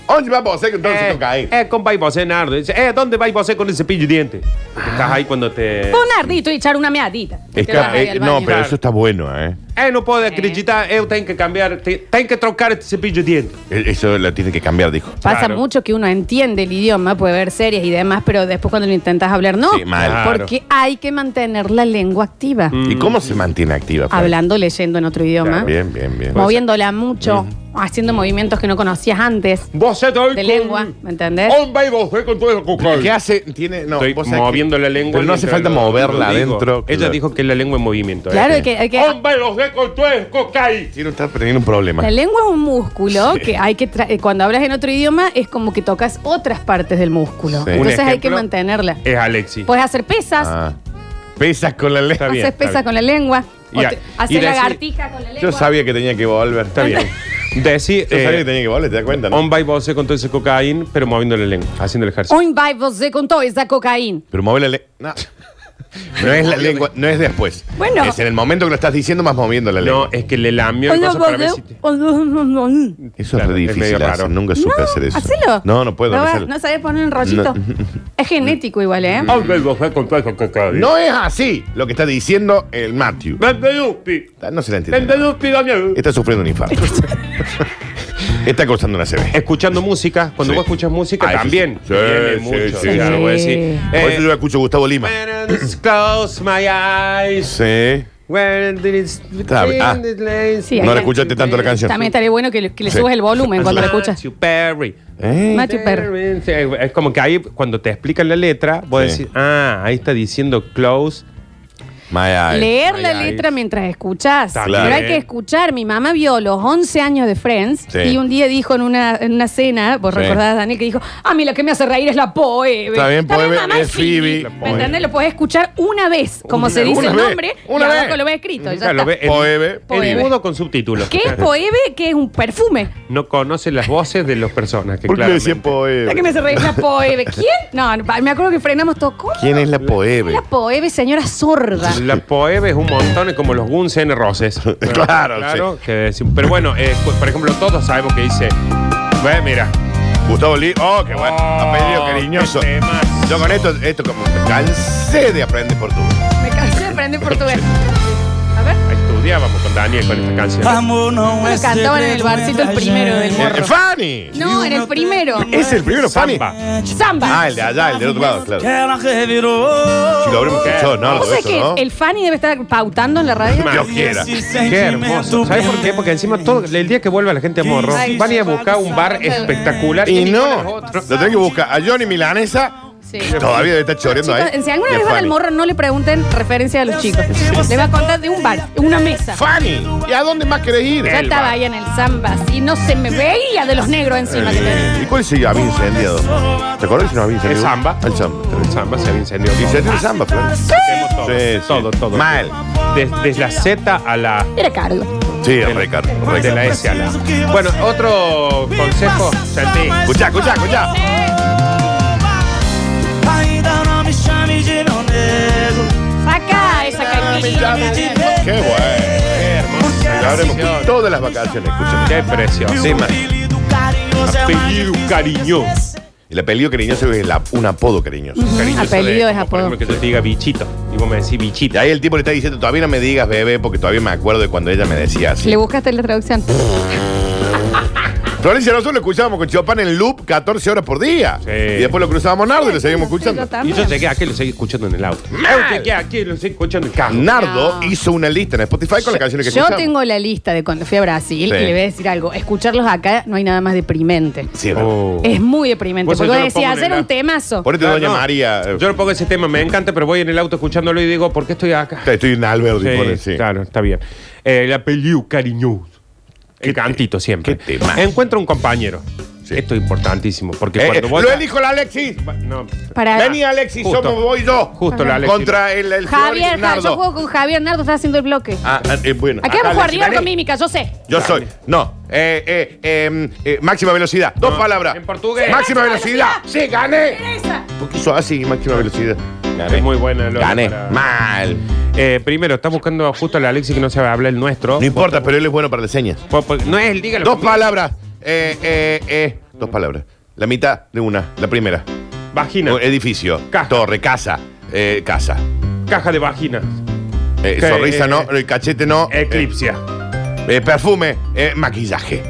S6: oye, vamos, sé que entonces
S4: Eh,
S6: toca ahí.
S4: eh, compa, y vos, eh, Nardo. Dice, eh, ¿dónde vais vos eh, con el cepillo de dientes?
S6: Ah.
S4: Porque Estás ahí cuando te.
S1: Pon ardito y echar una meadita.
S6: Es
S1: Te
S6: que-
S1: vas ahí
S6: eh,
S1: al
S6: no,
S1: baño.
S6: pero eso está bueno, ¿eh?
S4: Eh, no puedo acreditar, eh, tengo que cambiar, te- tengo que trocar este cepillo de dientes.
S6: Eh, Eso la tiene que cambiar, dijo.
S1: Pasa
S4: Claro.
S1: mucho que uno entiende el idioma, puede ver series y demás, pero después cuando lo intentas hablar, no.
S6: Sí, mal. Mm.
S4: Claro.
S1: Porque hay que mantener la lengua activa.
S6: ¿Y cómo se mantiene activa? Fran?
S1: Hablando, leyendo en otro idioma.
S6: Bien, bien, bien.
S1: moviéndola mucho. haciendo movimientos que no conocías antes
S4: Vos se
S1: de lengua, ¿me entendés?
S4: Hombre, y vos eh, con todo el cocal.
S6: ¿Qué hace? Tiene, no,
S4: Estoy
S6: vos sabés
S4: moviendo
S6: que-
S4: la lengua.
S6: Pero no hace
S4: mientras
S6: falta
S4: lo-
S6: moverla
S4: lo digo.
S6: adentro.
S4: Ella dijo que es la lengua en movimiento.
S1: Claro,
S4: eh.
S1: hay que, hay que-
S4: Hombre, los de con todo el cocal.
S6: Tiene está teniendo un problema.
S1: la lengua es un músculo
S6: Sí.
S1: que hay que tra- eh, cuando hablas en otro idioma es como que tocas otras partes del músculo.
S6: Sí.
S1: Entonces
S4: Un
S1: hay que
S4: ejemplo. Eh.
S1: mantenerla.
S4: Es Alexi.
S1: Puedes hacer pesas,
S6: Ah. Pesas con la lengua.
S4: Está bien,
S1: haces
S4: está
S1: pesas
S4: bien.
S1: con la lengua,
S4: Y
S1: o
S4: a-
S1: te-
S4: y
S1: haces
S4: decir-
S1: lagartija con la lengua.
S6: Yo sabía que tenía que volver.
S4: Está bien. Decí,
S6: Yo sabía que
S4: eh,
S6: tenía que volver, ¿te das cuenta? no?
S4: on by vos eh, con todo ese cocaín, pero moviendo la lengua, haciendo el ejercicio.
S1: Un vai você con toda esa cocaína.
S6: Pero e-, mueve la lengua. No. No es la lengua, no es después.
S1: Bueno.
S6: Es en el momento que lo estás diciendo más moviendo la lengua.
S4: No, es que le lamió el
S1: Hola,
S4: coso para ver
S1: vos-
S4: si te-
S1: Hacelo.
S6: Eso
S4: Claro,
S6: es re
S4: es
S6: difícil.
S4: medio
S6: hacer.
S4: raro.
S6: Nunca supe hacer eso. No, no puedo.
S1: No,
S6: no
S1: va-
S6: sale.
S1: no sabés poner un rollito.
S6: No. Mm,
S1: Es genético igual, ¿eh?
S4: On by vos eh, con todo ese cocaín.
S6: No es así lo que está diciendo el Matthew.
S4: Benvenuti.
S6: No se la entiende.
S4: Benvenuti, Daniel.
S6: Está sufriendo un infarto. está causando una CB.
S4: Escuchando música, cuando
S6: Sí.
S4: vos escuchas música
S6: Ah, eso
S4: también.
S6: sí. Sí,
S4: viene
S6: sí,
S4: mucho,
S6: sí.
S4: digamos, vos decís,
S1: Sí.
S4: eh,
S6: Por eso yo escucho a Gustavo Lima.
S4: When I just close my eyes.
S6: Sí.
S4: When there is
S6: Está bien. Ah.
S1: Sí, ahí
S6: No la
S1: hay-
S6: escuchaste tanto la canción.
S1: También estaría bueno que le, que le
S6: Sí.
S1: subas el volumen cuando la escuchas.
S4: Matthew Perry.
S6: ¿Eh?
S1: Matthew Perry.
S4: Es como que ahí, cuando te explican la letra, vos
S6: Sí.
S4: decís, ah, ahí está diciendo close.
S6: My eyes.
S1: Leer
S4: Ay,
S1: la
S4: ay.
S1: letra mientras escuchas.
S4: Está
S6: claro.
S1: Pero hay que escuchar. Mi mamá vio los 11 años de Friends
S6: Sí.
S1: y un día dijo en una, en una cena, vos
S6: Sí.
S1: recordás, Daniel, que dijo: A mí lo que me hace reír es la Poe.
S6: Está bien, Poe,
S1: mamá,
S6: es
S1: sí.
S6: Phoebe. La
S1: ¿Me
S6: Poe.
S1: entendés? Lo podés escuchar una vez, como
S4: Una-
S1: se dice
S6: una
S1: el
S6: vez,
S1: nombre,
S6: una
S1: y
S6: vez.
S1: abajo lo ves escrito. y ya
S4: Claro,
S1: está.
S4: lo ve en-
S6: Poebe.
S1: Poebe.
S4: En mudo con subtítulos.
S1: ¿Qué es Poebe? Que es un perfume.
S4: No conoce las voces de los personajes.
S6: ¿Por qué
S4: claramente.
S6: decía
S1: La que
S6: Poebe?
S1: me hace reír es la Poebe. ¿Quién? No, no, pa- me acuerdo que frenamos todo. ¿Cómo?
S6: ¿Quién es la Poebe?
S1: La Poebe, señora sorda.
S4: La poeve es un montón, es como los Gunsen Roses.
S6: Claro,
S4: claro. que decimos- pero bueno, eh, cu- por ejemplo, todos sabemos que dice. Ve, mira.
S6: Gustavo Lima. Oh, qué bueno.
S4: Oh,
S6: Apellido cariñoso.
S4: qué temazo.
S6: Yo con esto, esto como me cansé de aprender portugués.
S1: Me cansé de aprender portugués. A ver.
S4: Estudiábamos con Daniel con esta canción.
S1: Lo cantaban en el barcito el primero del
S6: El, el
S1: morro.
S6: Fanny.
S1: No, en el primero.
S6: Es el primero Fanny.
S4: Samba.
S1: Samba.
S6: Ah, el de allá, el del otro lado, claro. Si lo habremos escuchado, no,
S1: ¿Vos
S6: lo de
S1: sabés
S6: eso,
S1: que
S6: ¿no?
S1: el Fanny debe estar pautando en la radio?
S6: Dios quiera.
S4: Qué hermoso. ¿Sabes por qué? Porque encima todo, el día que vuelve la gente a Morro,
S1: Ay.
S4: van a ir a buscar un bar espectacular
S6: Y
S4: ninguno de los
S6: no,
S4: otros.
S6: lo tenés que buscar a Johnny Milanesa.
S1: Sí.
S6: que Todavía debe estar choreando
S1: Chicos,
S6: ahí.
S1: si alguna
S6: de
S1: vez van al
S6: Fanny.
S1: morro, no le pregunten referencia a los chicos. Le va a contar de un bar, una mesa.
S6: Fanny, ¿y a dónde más querés ir?
S1: Ya
S4: el
S1: estaba
S4: bar.
S1: ahí en el samba, y no se me veía de los negros encima. que tenía.
S6: Eh, ¿Y cuál se había incendiado? ¿Te acuerdas que no había
S4: El
S6: incendiado?
S4: samba.
S6: El samba.
S4: El samba se había incendiado.
S6: Incendió el samba, Flor. Sí,
S4: todo, todo, todo.
S6: Mal.
S4: Desde, la Z a la.
S1: Era cargo.
S6: Sí, Ricardo.
S4: De la S a la. Bueno, otro consejo, Santi.
S6: Escuchá, escuchá, escuchá.
S1: Saca esa caipirinha.
S6: Qué bueno. Qué hermoso. Lo habremos todas las vacaciones, escúchame.
S4: Qué precioso.
S6: Encima,
S8: é
S4: Apellido cariñoso.
S6: el apellido cariñoso es la- un apodo cariñoso.
S4: Cariñoso
S1: Apellido
S4: de-
S1: es
S4: como, por
S1: apodo.
S4: ejemplo, que yo te diga bichito. Y vos me decís
S6: Y
S4: bichita.
S6: ahí el tipo le está diciendo, todavía no me digas bebé, porque todavía me acuerdo de cuando ella me decía así.
S1: ¿Le buscaste la traducción?
S6: Florencia, nosotros lo escuchábamos con Chopin en loop 14 horas por día.
S4: Sí.
S6: Y después lo cruzábamos Nardo y lo seguimos escuchando.
S4: Y yo llegué aquí y lo seguí escuchando en el auto. Yo llegué aquí y lo seguí escuchando en el carro.
S6: Nardo
S1: No.
S6: hizo una lista en Spotify con las canciones que
S1: Yo
S6: escuchamos.
S1: tengo la lista de cuando fui a Brasil
S6: Sí.
S1: y le voy a decir algo. Escucharlos acá no hay nada más deprimente.
S6: Sí,
S4: Oh.
S1: Es muy deprimente.
S4: Vos
S1: Porque
S4: sabés,
S1: vos decís,
S4: yo lo pongo en
S1: hacer
S4: el
S1: un
S4: app.
S1: temazo.
S6: Ponete
S4: Ah,
S6: Doña
S4: no.
S6: María. eh,
S4: Yo le pongo ese tema, me encanta, pero voy en el auto escuchándolo y digo, ¿por qué estoy acá?
S6: Estoy en Alberto
S4: Sí,
S6: y pone, sí.
S4: Claro, está bien. Eh, el apellido cariñoso. El cantito siempre.
S6: qué tema.
S4: Encuentra un compañero.
S6: Sí.
S4: Esto es importantísimo. Porque
S6: Eh, eh,
S4: cuando vos.
S6: lo elijo la Alexis.
S4: No,
S1: Para
S6: Vení Alexis,
S4: Justo.
S6: somos vos y yo.
S4: Justo la Alexis.
S6: Contra el, el
S1: Javier,
S6: Flor y
S1: Ja- yo
S6: Nardo.
S1: juego con Javier Nardo, está haciendo el bloque.
S6: Ah, ah, eh, bueno.
S1: Aquí vamos a
S6: Alexis,
S1: jugar River
S6: vení.
S1: con mímica, yo sé.
S6: Yo soy. No. Eh, eh, eh, eh, máxima velocidad. Dos palabras.
S4: En portugués.
S6: Máxima
S1: Sí,
S6: velocidad.
S1: máxima
S6: Sí, gané.
S1: Era esa.
S6: ¿Por qué hizo así, máxima velocidad? Gané.
S4: Es muy buena, Lola,
S6: Gané.
S4: para-
S6: Mal.
S4: eh, primero, estás buscando justo al Alexis que no sabe hablar el nuestro.
S6: No importa, pero él es bueno para las señas.
S4: Po- po- No es el dígalo.
S6: Dos
S4: conmigo.
S6: palabras. Eh, eh, eh. Dos palabras. La mitad de una. La primera.
S4: Vagina.
S6: Un Edificio.
S4: Caja.
S6: Torre. Casa. Eh, casa.
S4: Caja de vagina.
S6: Eh,
S4: Que,
S6: sonrisa
S4: eh,
S6: no. El cachete no.
S4: Eclipsia.
S6: Eh, perfume, eh, maquillaje.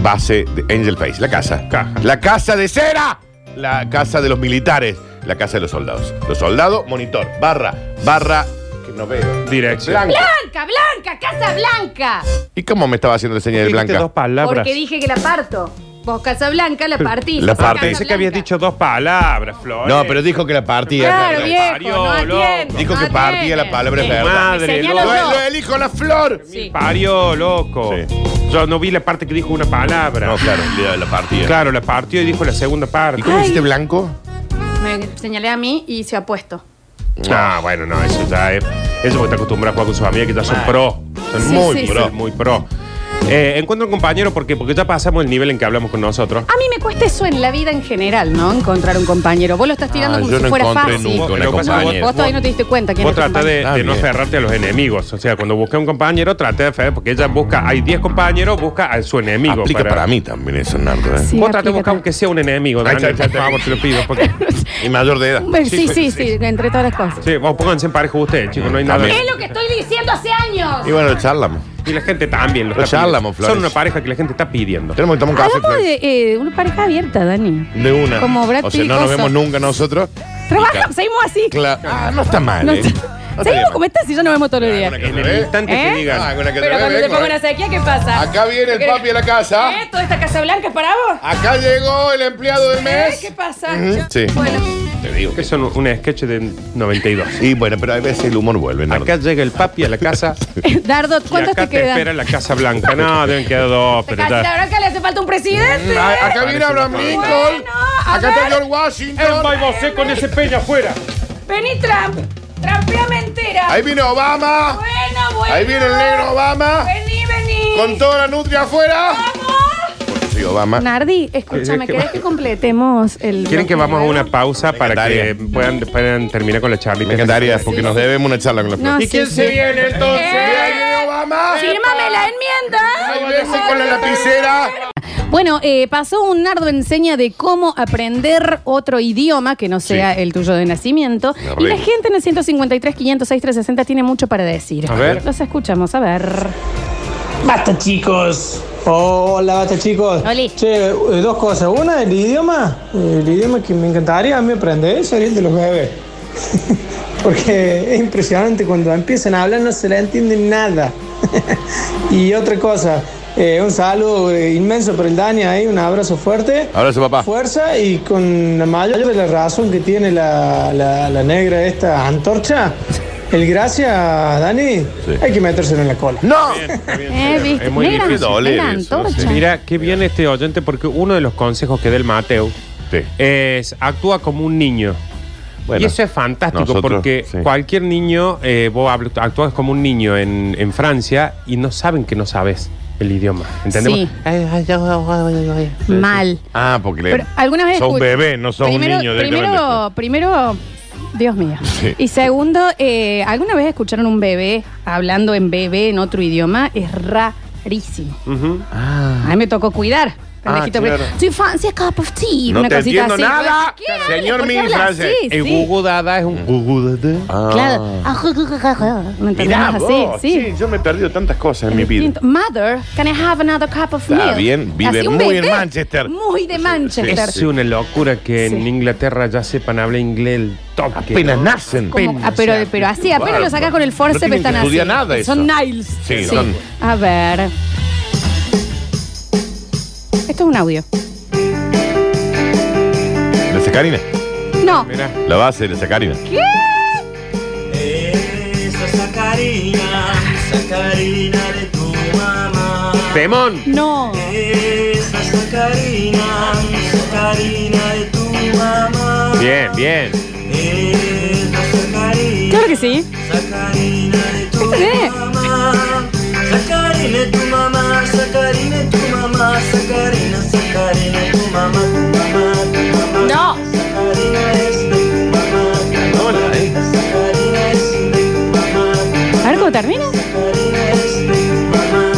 S6: Base de Angel Face, la casa.
S4: Caja.
S6: La casa de cera. La casa de los militares. La casa de los soldados. Los soldados, monitor. Barra, barra. ¿Qué No veo.
S4: Dirección.
S6: Blanca.
S1: Blanca, Blanca, Casa Blanca.
S6: ¿Y cómo me estaba haciendo la señal de
S4: Dijiste
S6: blanca?
S4: dos palabras.
S1: Porque dije que la parto. Vos, Casa Blanca, la partí.
S6: La
S1: Vos,
S6: partí.
S1: Casa
S4: Dice que habías
S1: Blanca.
S4: dicho dos palabras, Flor.
S6: No, pero dijo que la partía.
S1: Claro,
S6: Blanca.
S1: viejo,
S4: Parió,
S1: no
S4: loco.
S1: atienden,
S6: Dijo
S1: no
S6: que partía
S1: atienden.
S6: la palabra
S1: Sí.
S6: verde.
S4: Madre,
S1: Me señalo
S4: loco.
S1: yo.
S6: Lo, lo elijo la flor.
S1: Sí.
S4: Parió, loco.
S6: Sí.
S4: Yo no vi la parte que dijo una palabra.
S6: No, claro, el día de la partida.
S4: Claro, la partió y dijo la segunda parte.
S6: ¿Y cómo hiciste blanco?
S1: Me señalé a mí y se ha puesto.
S4: Ah, bueno, no, eso ya es. Eso porque está acostumbrado a jugar con sus amigas que ya son pro. Son
S1: Sí,
S4: muy
S1: sí,
S4: pro,
S1: sí.
S4: muy pro. Eh, encuentro un compañero porque, porque ya pasamos el nivel en que hablamos con nosotros.
S1: A mí me cuesta eso en la vida en general, ¿no? Encontrar un compañero. Vos lo estás tirando
S6: Ah,
S1: como
S6: yo
S1: si
S6: no
S1: fuera
S6: encontré
S1: fácil.
S6: nunca una
S4: Lo que pasa es que
S6: compañera.
S1: Vos todavía no te diste cuenta quién
S4: Vos
S1: es tu
S4: tratás de,
S1: compañero.
S6: compañero.
S4: de no
S6: Ah, bien.
S4: aferrarte a los enemigos. O sea, cuando busca un compañero, trata de aferrar, porque ella busca, hay 10 compañeros, busca a su enemigo.
S6: Aplica para... mí también eso, Nardo. ¿eh?
S1: Sí,
S4: Vos trata
S1: aplica
S4: de buscar
S1: para-
S4: aunque sea un enemigo,
S6: Ahí está,
S4: Daniel,
S6: ahí
S4: por
S6: está.
S4: favor, te lo pido. Porque,
S6: Y mayor de edad.
S1: Bueno, Sí, sí, sí,
S4: sí,
S1: entre todas las cosas.
S4: sí, vos pónganse en pareja ustedes, chicos, no hay nada.
S6: También.
S1: Es lo que estoy diciendo hace años.
S6: Y bueno, lo charlamos.
S4: Y la gente también lo
S6: Lo
S4: está pidiendo.
S6: charlamos, Flores.
S4: Son una pareja que la gente está pidiendo.
S6: Tenemos que tomar un café.
S1: Hablamos de eh, una pareja abierta, Dani.
S6: Flor. De una.
S1: Como Brad
S6: o sea,
S1: Pitt,
S6: no nos
S1: cosa.
S6: vemos nunca nosotros.
S1: Trabaja, seguimos así.
S6: Cla- ah, no está mal.
S1: No
S6: ¿eh?
S1: está-
S6: No está
S1: seguimos
S6: bien.
S1: como estás y yo nos vemos todos los días.
S6: Alguna que
S4: En
S6: otra
S4: el
S6: vez.
S4: instante que
S1: ¿Eh?
S4: digan.
S6: Ah, alguna que otra
S1: Pero cuando
S6: vez,
S1: te pongo
S6: ¿eh?
S1: una sequía, ¿qué pasa?
S6: Acá viene el
S1: ¿Qué
S6: papi de la casa.
S1: ¿Eh? ¿Toda esta casa blanca es para vos?
S6: Acá llegó el empleado del
S1: ¿Eh?
S6: mes.
S1: ¿Qué pasa?
S6: Ujú, sí.
S1: Bueno,
S6: Te digo
S4: Que
S6: que-
S4: son un- un sketch de 92.
S6: Y bueno, pero a veces el humor vuelve, Nardo.
S4: Acá llega el papi a la casa
S1: Dardo,
S4: y
S1: ¿cuántas
S4: acá
S1: te
S4: te, espera
S1: quedan?
S4: la Casa Blanca. No, deben quedar dos, pero
S1: Casita
S4: ya.
S1: blanca le hace falta un presidente.
S6: Mm, A- acá viene Abraham
S4: Parece
S1: una
S6: Lincoln.
S1: Bueno, a
S6: acá
S1: ver.
S6: está George Washington.
S4: vosé eh, con ese peña afuera!
S1: Vení, Trump. Trampeame entera.
S6: Ahí viene Obama.
S1: Bueno, bueno.
S6: Ahí viene el negro Obama.
S1: Vení, vení.
S6: Con toda la nutria afuera.
S1: ¡Vamos!
S6: Sí, Obama.
S1: Nardi, escúchame,
S4: ¿Qué- qué-
S1: ¿querés que completemos el.
S4: ¿Quieren
S1: bloque
S4: que vamos a una
S1: nuevo?
S4: pausa para que
S6: encantaría.
S4: puedan, puedan terminar con la charla?
S6: Me encantaría, porque nos debemos una charla con la
S1: No,
S6: flor.
S1: Ah, sí, sí. Eh,
S4: viene entonces?
S6: Ahí viene Obama.
S1: Fírmame la
S6: Ahí
S1: enmienda.
S6: viene con la lapicera.
S1: Bueno, eh, pasó un nardo enseña de cómo aprender otro idioma que no sea el tuyo de nacimiento.
S6: La
S1: y la
S6: regla.
S1: gente en el 153, 506, 360 tiene mucho para decir.
S4: A ver.
S1: Los escuchamos, a ver.
S9: Basta chicos. Hola, basta chicos.
S1: Oli.
S9: Che, eh, dos cosas. Una, el idioma. Eh, El idioma que me encantaría a mí aprender sería el de los bebés. Porque es impresionante, cuando empiezan a hablar no se le entiende nada. y otra cosa, eh, un saludo eh, inmenso para el Dani ahí, un abrazo fuerte.
S6: Abrazo, papá.
S9: Fuerza y con la mayor de la razón que tiene la, la- la negra esta antorcha, el gracias, Dani, hay que metérselo en la cola.
S6: No.
S1: Eh, ¿viste?
S4: es muy
S1: Negra,
S4: difícil
S1: negra
S6: leer eso,
S1: antorcha.
S4: Mira, qué bien este oyente, porque uno de los consejos que da el Mateo
S6: Sí.
S4: es actúa como un niño.
S6: Bueno,
S4: y eso es fantástico
S6: nosotros,
S4: porque
S6: sí.
S4: cualquier niño, eh, vos habl- actúas como un niño en, en Francia y no saben que no sabes el idioma. ¿Entendemos?
S1: Sí.
S4: Ay, ay, ay, ay, ay, ay.
S1: Mal.
S6: Ah, porque le.
S1: Pero alguna vez.
S6: Sos un
S1: escuché-
S6: bebé, no sos un
S1: Primero-
S6: niño
S1: Primero,
S6: directamente.
S1: primero, Dios mío.
S6: Sí.
S1: Y segundo, eh, ¿alguna vez escucharon un bebé hablando en bebé en otro idioma? Es rarísimo.
S4: Ujú.
S1: A mí me tocó cuidar. Pendejito,
S6: Ah, claro.
S1: pero, "Do you fancy a cup of tea?"
S6: No
S1: Una
S6: te
S1: cosita
S6: entiendo
S1: así.
S6: nada,
S1: ¿Qué habla?
S6: señor
S1: ¿Por qué
S6: mi
S1: habla
S6: francés.
S1: así?
S4: El
S1: Sí.
S4: Gugu Dada es
S6: Mm.
S4: un Gugu Dada.
S6: Ah.
S1: Claro. ¿Me entendés?
S6: Mirá,
S1: Así,
S6: vos,
S1: sí.
S6: sí, yo me he perdido tantas cosas en mi vida.
S1: Distinto. Mother, can I have another cup of
S6: Está
S1: milk?
S6: bien, vive
S1: Así un
S6: muy
S1: bebé,
S6: en Manchester.
S1: Muy de Manchester.
S4: Es una locura que en
S1: Sí.
S4: Inglaterra ya sepan hablar inglés el toque.
S6: Apenas
S4: ¿no?
S6: nacen.
S1: Como-
S4: Pena,
S1: ah, pero,
S4: o sea,
S1: pero así, apenas
S6: bárbaro.
S1: lo sacas con el
S6: No
S1: force,
S6: tienen
S1: están
S6: que
S1: así.
S6: estudiar nada eso.
S1: son Niles.
S6: Sí, son-
S1: A ver. Esto es un audio.
S6: La sacarina.
S1: No.
S4: Mirá.
S6: La base de la sacarina.
S4: ¡Temón!
S1: No.
S4: Bien, bien.
S1: Claro que sí. ¿Esto qué?
S10: Sacarina tu mamá, Sacarina tu mamá, Sacarina, Sacarina tu mamá, tu mamá, tu mamá.
S1: No.
S10: Sacarina es de tu mamá, tu mamá. Sacarina es de tu mamá, tu
S1: A ver cómo termina.
S10: Sacarina es de tu mamá.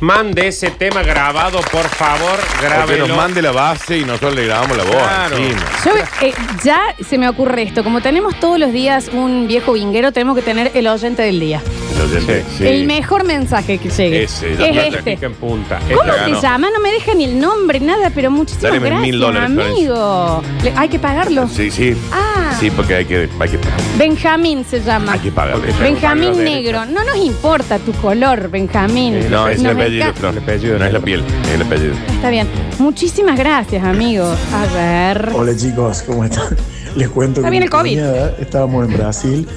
S4: Mande ese tema grabado, por favor.
S6: O Que
S4: Grábelo.
S6: nos mande la base y nosotros le grabamos la voz.
S4: Claro.
S6: encima.
S1: Yo eh, ya se me ocurre esto. Como tenemos todos los días un viejo vinguero, tenemos que tener el oyente del día.
S6: Entonces, sí.
S1: El mejor mensaje que llegue.
S6: Ese,
S1: es
S6: la
S4: La
S1: este.
S4: técnica en punta.
S1: ¿Cómo
S4: Esta
S1: se
S4: ganó.
S1: llama? No me deja ni el nombre, nada, pero muchísimas
S6: Dale mis
S1: gracias,
S6: mil dólares, Florencia.
S1: amigo. Le- hay que pagarlo.
S6: Sí, sí.
S1: Ah.
S6: Sí, porque hay que, hay que pagar.
S1: Benjamín se llama.
S6: Hay que pagar.
S1: Benjamín negro. No nos importa tu color, Benjamín.
S6: No, es el
S1: Nos
S6: apellido.
S1: encanta.
S6: No,
S4: El apellido.
S6: no es la piel, es el apellido.
S1: Está bien. Muchísimas gracias, amigo. A ver.
S11: Hola chicos, ¿cómo están? Les cuento
S1: Está bien
S11: mi
S1: el COVID.
S11: cuñada, estábamos en Brasil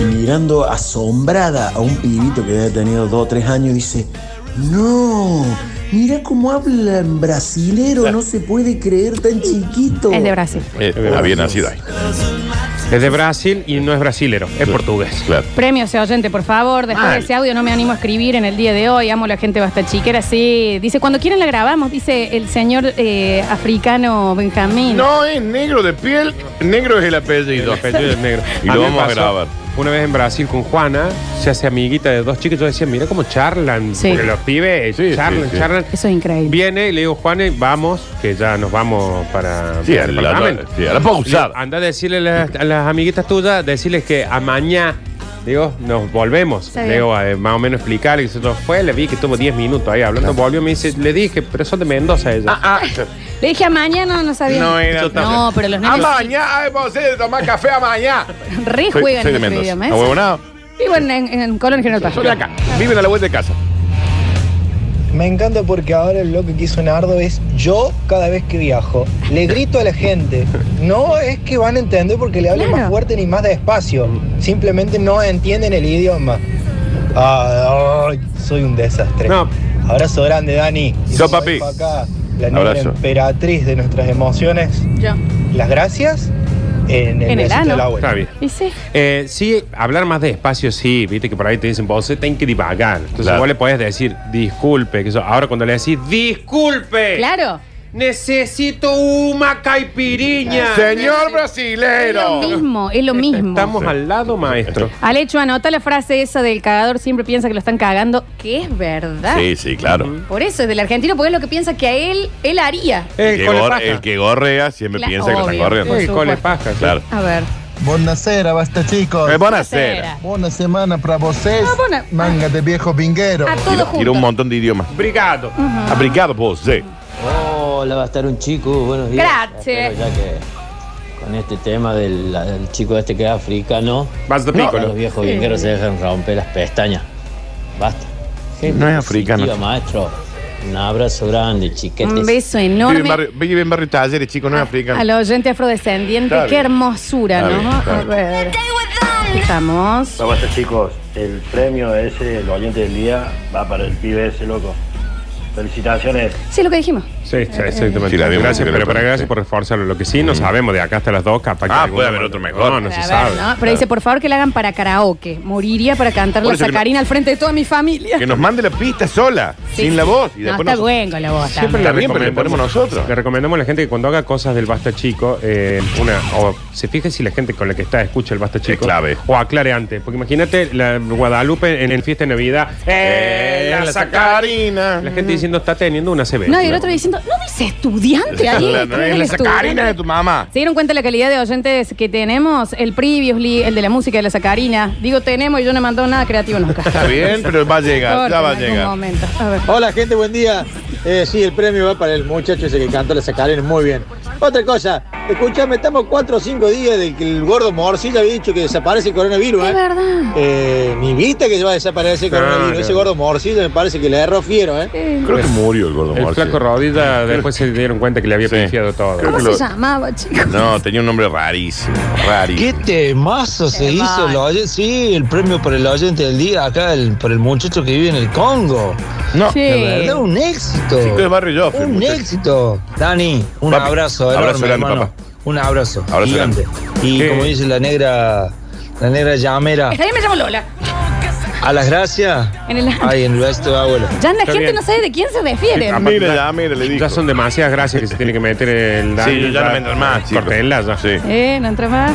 S11: y mirando asombrada a un pibito que había tenido 2 o 3 años, dice, no, mira cómo habla en brasilero, no se puede creer tan chiquito.
S1: Es de Brasil.
S6: Eh, había nacido ahí.
S4: Es de Brasil y no es brasilero, es portugués.
S6: Claro.
S1: Premio sea oyente, por favor. Después
S4: Mal.
S1: de ese audio no me animo a escribir en el día de hoy. Amo a la gente basta chiquera. Sí. Dice, cuando quieran la grabamos, dice el señor eh, africano Benjamín.
S12: No es negro de piel, negro es el apellido.
S4: El apellido es negro.
S6: Y lo
S4: mí me
S6: vamos a
S4: pasó
S6: grabar.
S4: Una vez en Brasil con Juana, se hace amiguita de dos chicos. Yo decía, mira cómo charlan.
S1: Sí.
S4: Porque los pibes eh,
S6: Sí, sí,
S4: charlan,
S6: sí.
S4: charlan.
S1: Eso es increíble.
S4: Viene y le digo, Juanes, vamos, que ya nos vamos para.
S6: Sí,
S4: para
S6: a
S4: el
S6: la,
S4: departamento".
S6: sí, a la pausa.
S4: Digo, Anda a decirle a las, a las amiguitas tuyas, decirles que a mañana, digo, nos volvemos.
S1: Está bien.
S4: Digo, eh, más o menos explicarle que se nos fue, le vi que estuvo 10 minutos ahí hablando, volvió, me dice, le dije, pero son de Mendoza ellos.
S6: Ah,
S1: Le dije a mañana, no sabía.
S12: No era
S1: No,
S12: tan-
S1: pero los negros
S12: Amañá, hay
S1: eh,
S12: posible tomar café amañá.
S1: re
S6: Soy,
S1: juegan
S6: soy de
S1: en otro
S6: Mendoza.
S1: idioma. ¿eh?
S6: ¿A huevo nada?
S1: Vivo en, en, en Colón, en General Paz.
S12: Soy de acá. Viven a la vuelta de casa.
S8: Me encanta porque ahora lo que quiso Nardo es yo cada vez que viajo le grito a la gente. No es que van a entender porque le hable
S1: Claro.
S8: más fuerte ni más despacio. Simplemente no entienden el idioma. Ah, ay, soy un desastre.
S4: No.
S8: Abrazo grande, Dani.
S6: Yo,
S8: Y si voy
S6: papi.
S8: pa' acá, la negra
S6: Abrazo.
S8: emperatriz de nuestras emociones.
S1: Yo.
S8: Las gracias en el,
S1: En el
S8: besito de
S1: ano.
S8: la abuela.
S4: Está bien.
S1: ¿Y sí?
S4: Eh, sí, hablar más despacio, sí, viste que por ahí te dicen, vos tenés que divagar. Entonces
S6: Claro.
S4: vos le podés decir, disculpe, que eso. Ahora cuando le decís, disculpe,
S1: Claro.
S4: necesito una caipiriña.
S12: Señor
S1: Es lo
S12: brasilero.
S1: mismo, es lo mismo.
S4: Estamos al lado, maestro.
S1: Alecho, anota la frase esa del cagador siempre piensa que lo están cagando, que es verdad.
S6: Sí, sí, claro.
S1: Por eso es del argentino, porque es lo que piensa que a él, él haría.
S6: El que,
S4: con la
S6: gor-
S4: paja.
S6: el que gorrea siempre
S1: Claro,
S6: piensa que lo están
S1: obvio.
S6: corriendo.
S1: Por
S4: El cole
S1: supuesto.
S4: paja, sí.
S6: Claro.
S1: A ver.
S11: Buonasera, basta chicos.
S6: Eh, buenas
S1: Buonasera.
S11: Buena semana para vocês,
S1: Ah, buena-
S11: manga de viejo vinguero.
S1: A todos
S6: Tira, tira un
S1: juntos.
S6: montón de idiomas.
S4: Brigado.
S6: Mm. Abrigado vos, sí.
S1: Ah.
S2: Hola, va a estar un chico, buenos días.
S1: Gracias.
S2: Espero ya que con este tema del, la- del chico este que es africano,
S4: Vas de
S2: ya los
S4: piccolo.
S2: viejos vingueros se dejan romper las pestañas. Basta. Gente
S6: No es africano.
S2: positiva, maestro. Un abrazo grande, chiquetes.
S1: Un beso
S6: Vive en
S1: enorme.
S6: barrio, vive en barrio Talleres, chicos, no es africano.
S1: Ah, Al oyente afrodescendiente,
S6: Está
S1: qué
S6: bien.
S1: hermosura,
S6: Está
S1: ¿no?
S6: bien, está
S1: A ver. Estamos.
S13: Basta, chicos. El premio ese, el oyente del día, va para el pibe ese loco. Felicitaciones.
S1: Sí, lo que dijimos.
S4: Sí, sí, exactamente.
S6: Sí, la vimos, sí,
S4: gracias,
S6: la
S4: pero,
S6: vimos,
S4: pero gracias
S6: sí. Mm.
S4: por reforzarlo. Lo que sí, no sabemos de acá hasta las dos, capaz que
S6: Ah,
S4: alguno
S6: puede haber
S4: manda-
S6: otro mejor.
S4: No, no se
S1: A ver,
S4: sabe.
S1: ¿no? Pero dice, por favor, que la hagan para karaoke. Moriría para cantar
S6: Por
S1: la
S6: eso que no-
S1: sacarina al frente de toda mi familia.
S6: Que nos mande la pista sola,
S1: Sí.
S6: sin la voz. Y
S1: No,
S6: después
S1: está
S6: nos-
S1: bueno con la voz.
S6: Siempre
S1: también.
S6: la bien, pero le
S4: recomendamos-
S6: ponemos nosotros.
S4: Le recomendamos a la gente que cuando haga cosas del Basta Chico, eh, una, o se fije si la gente con la que está escucha el Basta Chico.
S6: clave.
S4: O aclare antes. Porque imagínate la Guadalupe en, en fiesta de Navidad. ¡Eh!
S6: Eh,
S4: la
S6: la
S4: sacar-
S6: sacarina.
S4: La gente diciendo está teniendo una CB.
S1: No, y el otro diciendo, no dice estudiante ahí.
S6: La- no,
S1: ¿no
S6: es la
S1: eres
S6: sacarina
S1: estudiante?
S6: de tu mamá.
S1: ¿Se dieron cuenta de la calidad de oyentes que tenemos? El Previously, el de la música de la sacarina. Digo tenemos y yo no he mandado nada creativo nunca.
S6: Está bien, pero va a llegar,
S1: Corten
S6: ya va a
S1: en algún
S6: llegar.
S1: momento. A ver.
S8: Hola gente, buen día. Eh, sí, el premio va para el muchacho ese que canta la sacarina muy bien. Otra cosa, escuchame, estamos cuatro o cinco días de que el gordo Morcilla había dicho que desaparece el coronavirus.
S1: Es
S8: ¿eh?
S1: verdad.
S8: Eh, ni viste que va a desaparecer el coronavirus.
S4: Claro.
S8: Ese gordo Morcilla me parece que le erró fiero, ¿eh?
S6: Creo que murió el gordo
S4: El
S6: Morsi.
S4: flaco rodilla después se dieron cuenta que le había
S6: Sí.
S4: pifiado todo.
S6: Creo
S1: ¿Cómo
S6: que
S1: se
S6: lo-
S1: llamaba, chicos?
S6: No, tenía un nombre rarísimo. Rarísimo.
S8: temazo
S1: se hizo el
S8: oyente? Sí, el premio por el oyente del día acá, por el muchacho que vive en el Congo.
S6: No,
S1: Sí.
S8: De verdad, un éxito.
S6: Chico de barrio Joffre,
S8: Un
S6: muchacho.
S8: éxito. Dani, un
S6: Papi,
S8: abrazo enorme,
S6: abrazo grande,
S8: hermano.
S6: papá.
S8: Un abrazo.
S6: Abrazo
S8: gigante. Y
S4: Sí.
S8: como dice la negra, la negra llamera,
S1: Está bien, me llamo Lola.
S8: a las gracias.
S1: En el ano.
S8: Ay, en el resto de abuelo.
S1: Ya la
S4: Está
S1: gente
S4: bien.
S1: no sabe de quién se refiere.
S14: Ah,
S6: Aparte, Mira, ya, mira, le digo.
S4: Ya son demasiadas gracias que se tiene que meter el Dani,
S6: Sí, yo ya no me entran más, chicos.
S4: Cortenla ya.
S6: Sí,
S1: Eh, no entra más.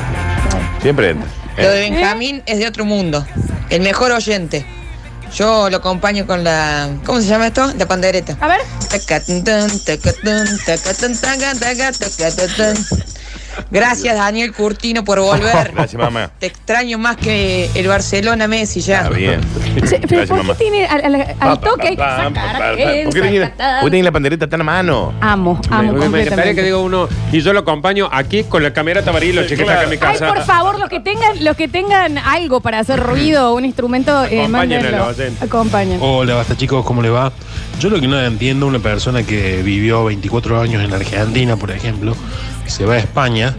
S6: siempre entra.
S15: Lo
S6: Eh,
S15: de Benjamín es de otro mundo. El mejor oyente. Yo lo acompaño con la. ¿Cómo se llama esto? La pandereta.
S1: Ah. A ver.
S15: Tacatun, tacatun, tacatun, taca, taca, tacatun.
S16: Gracias, Daniel Curtino, por volver.
S14: Gracias, mamá.
S16: Te extraño más que el Barcelona Messi ya.
S14: Está bien.
S1: Sí, pero
S14: Gracias,
S1: ¿por qué
S14: mamá.
S1: tiene al, al- al toque hay que
S14: Pa, pa,
S1: sacar
S14: pa,
S1: aquel,
S14: ¿Por qué tenés la-
S1: sacar-
S14: hoy tenés la pandereta tan a mano?
S1: Amo, amo
S4: Me- me- Me encantaría
S1: completamente.
S4: que diga uno, y yo lo acompaño aquí con la camera Tabariloche que está acá en mi
S1: Ay,
S4: casa.
S1: por favor, los que tengan, los que tengan algo para hacer ruido, un instrumento, eh,
S17: Acompañen al
S1: mándenlo.
S17: oyente.
S1: Acompañen.
S14: Oh.
S17: Hola, basta chicos, ¿cómo le va? Yo lo que no entiendo, una persona que vivió 24 años en la Argentina, por ejemplo, se va a España,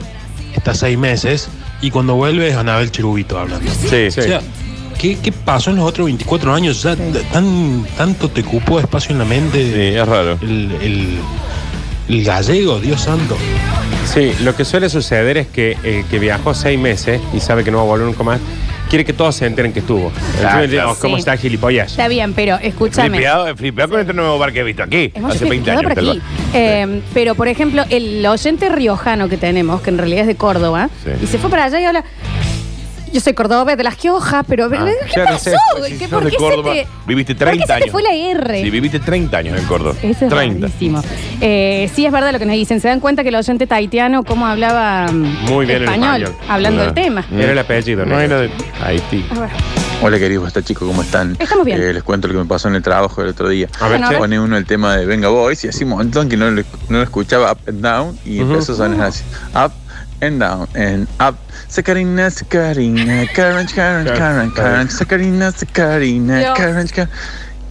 S17: está seis meses, y cuando vuelve es Anabel Chirubito hablando.
S14: Sí,
S17: O sea,
S14: sí.
S17: ¿qué, qué pasó en los otros 24 años? Ya tan, tanto te ocupó espacio en la mente.
S14: Sí, es raro.
S17: El, el- el gallego, Dios santo.
S4: Sí, lo que suele suceder es que el que viajó seis meses y sabe que no va a volver nunca más, quiere que todos se enteren que estuvo.
S14: Claro,
S4: Entonces,
S14: claro.
S4: oh, ¿Cómo
S1: Sí.
S4: está gilipollas?
S1: Está bien, pero escúchame.
S14: Flipeado, flipeado con este nuevo bar que he visto aquí.
S1: Es más,
S14: Hace
S1: yo estoy
S14: 20
S1: quedada
S14: años.
S1: por aquí.
S14: tal
S1: Eh, pero, por ejemplo, el oyente riojano que tenemos, que en realidad es de Córdoba,
S14: Sí.
S1: y se fue para allá y habla. Yo soy cordobés de las Quiojas, pero.
S14: vez.
S1: ¿Qué
S14: Claro,
S1: pasó?
S14: sí.
S1: ¿Qué-
S14: Sos
S1: ¿Por
S14: de
S1: qué se
S14: Córdoba.
S1: te.?
S14: Ah. Viviste
S1: ¿Por
S14: 30
S1: qué se te
S14: años.
S1: fue la R?
S14: Sí, viviste 30 años en Córdoba.
S1: Eso es
S14: 30.
S1: rarísimo. Eh, sí, es verdad lo que nos dicen. ¿Se dan cuenta que el oyente taitiano, cómo hablaba mm,
S4: Muy bien en
S1: español,
S4: español.
S1: Hablando
S18: Ah.
S1: del tema.
S4: Era el apellido, ¿no?
S18: No era
S14: Mm. de Haití.
S1: A ver.
S18: Hola queridos, hasta chicos, ¿cómo están?
S1: Estamos bien.
S18: Eh, les cuento lo que me pasó en el trabajo el otro día.
S14: Ah,
S1: A ver, Bueno, a che. ver.
S18: Pone uno el tema de Venga Boys y así un montón que no lo, no lo escuchaba up and down y
S19: Ujú.
S18: empezó a sonar así. Up and down and up. Sacarina, sacarina, caranch, caranch, caranch, caranch, sacarina, sacarina,
S19: Dios.
S18: caranch, caranch.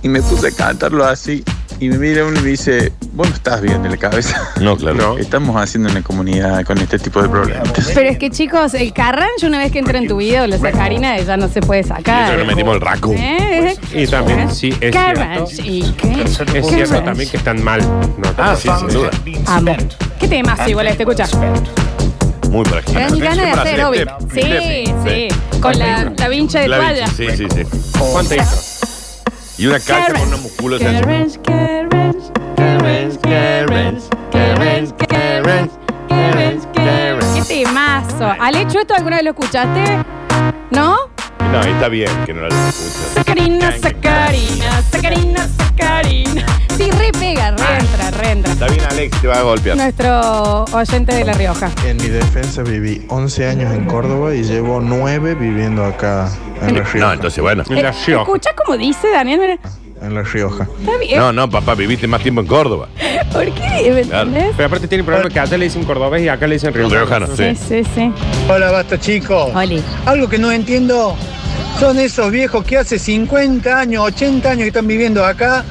S18: Y me puse a cantarlo así y me mira uno y me dice, vos no estás bien de la cabeza.
S14: No, claro.
S18: Estamos haciendo una comunidad con este tipo de problemas.
S1: Pero es que, chicos, el carrancho, una vez que entra en tu video, la sacarina ya no se puede
S14: Yo le
S1: sacar.
S14: metimos el racu.
S1: Ah, ¿Eh?
S4: Y también, sí, es cierto.
S1: Carranche. ¿Y qué?
S4: Es cierto también que están mal. No,
S14: Ah, sí, sin duda.
S1: Amo. ¿Qué tema? Sí, igual este, escucha.
S14: Muy para aquí.
S1: Gran gana de
S4: este,
S1: hacer, obvio.
S14: Sí,
S1: Sí, sí. Con la, la vincha de
S14: La
S1: toalla.
S14: bici, Sí, sí, sí. ¿Cuánta Y una caja con una musculosa.
S1: Carranche, carranche, carranche, carranche, carranche, carranche, carranche, carranche. Qué temazo. Alecho, ¿esto alguna vez lo escuchaste? ¿No?
S14: No, y está bien que no la escuchas.
S1: Sacarina, sacarina, sacarina, sacarina. Sí, re pega, re entra, re entra.
S14: Está bien, Alex, te va a golpear.
S1: Nuestro oyente de La Rioja.
S20: En mi defensa viví 11 años en Córdoba y llevo 9 viviendo acá en La Rioja.
S14: No, entonces bueno.
S1: Eh, ¿Escuchás cómo dice Daniel? Mira,
S14: En La Rioja.
S1: Está bien.
S14: No, no, papá, viviste más tiempo en Córdoba.
S1: ¿Por qué? ¿Me entendés?
S4: Pero aparte tiene un problema que allá le dicen cordobés y acá le dicen riojano.
S1: Sí, sí, sí.
S8: Hola, basta chicos. Algo que no entiendo son esos viejos que hace 50 años, 80 años que están viviendo acá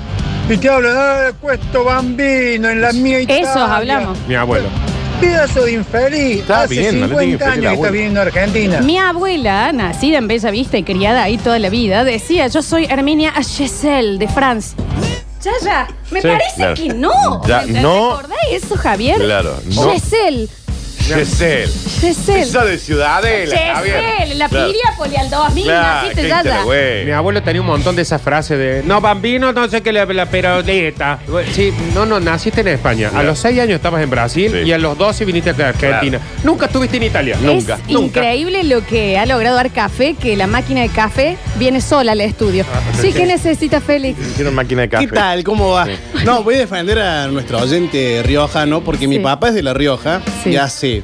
S8: y te hablan, ah, puesto bambino en la mía Italia.
S1: Esos hablamos.
S4: Mi abuelo.
S8: Pedazo de infeliz.
S4: Está
S8: hace
S4: bien, no le tiene
S8: 50
S4: que pedir
S8: años que está
S4: abuelo.
S8: viviendo en Argentina.
S1: Mi abuela, nacida en Bella Vista y criada ahí toda la vida, decía, yo soy Armenia Ayesel de Francia. Ya, ya, me
S14: Sí,
S1: parece
S14: claás.
S1: que no.
S14: Ya,
S1: ¿Te- te
S14: no.
S1: acordás eso, Javier?
S14: Claro, no.
S1: Yesel,
S14: Giselle.
S1: Yesel.
S14: Esa de Ciudadela,
S1: Yesel, la Piriápolis al 2000, naciste ya, ya.
S4: Mi abuelo tenía un montón de esas frases de no bambino, no sé qué la, la peroleta. Bueno, Sí, no, no, naciste en España. A los 6 años estabas en Brasil y a los 12 viniste a Argentina. Nunca estuviste en Italia. Nunca.
S1: Es
S4: nunca.
S1: increíble lo que ha logrado dar café, que la máquina de café viene sola al estudio.
S14: Ah,
S1: sí que necesita Félix.
S14: Hicieron máquina de café.
S21: ¿Qué tal? ¿Cómo va? No, voy a defender a nuestro oyente riojano porque mi papá es de La Rioja y hace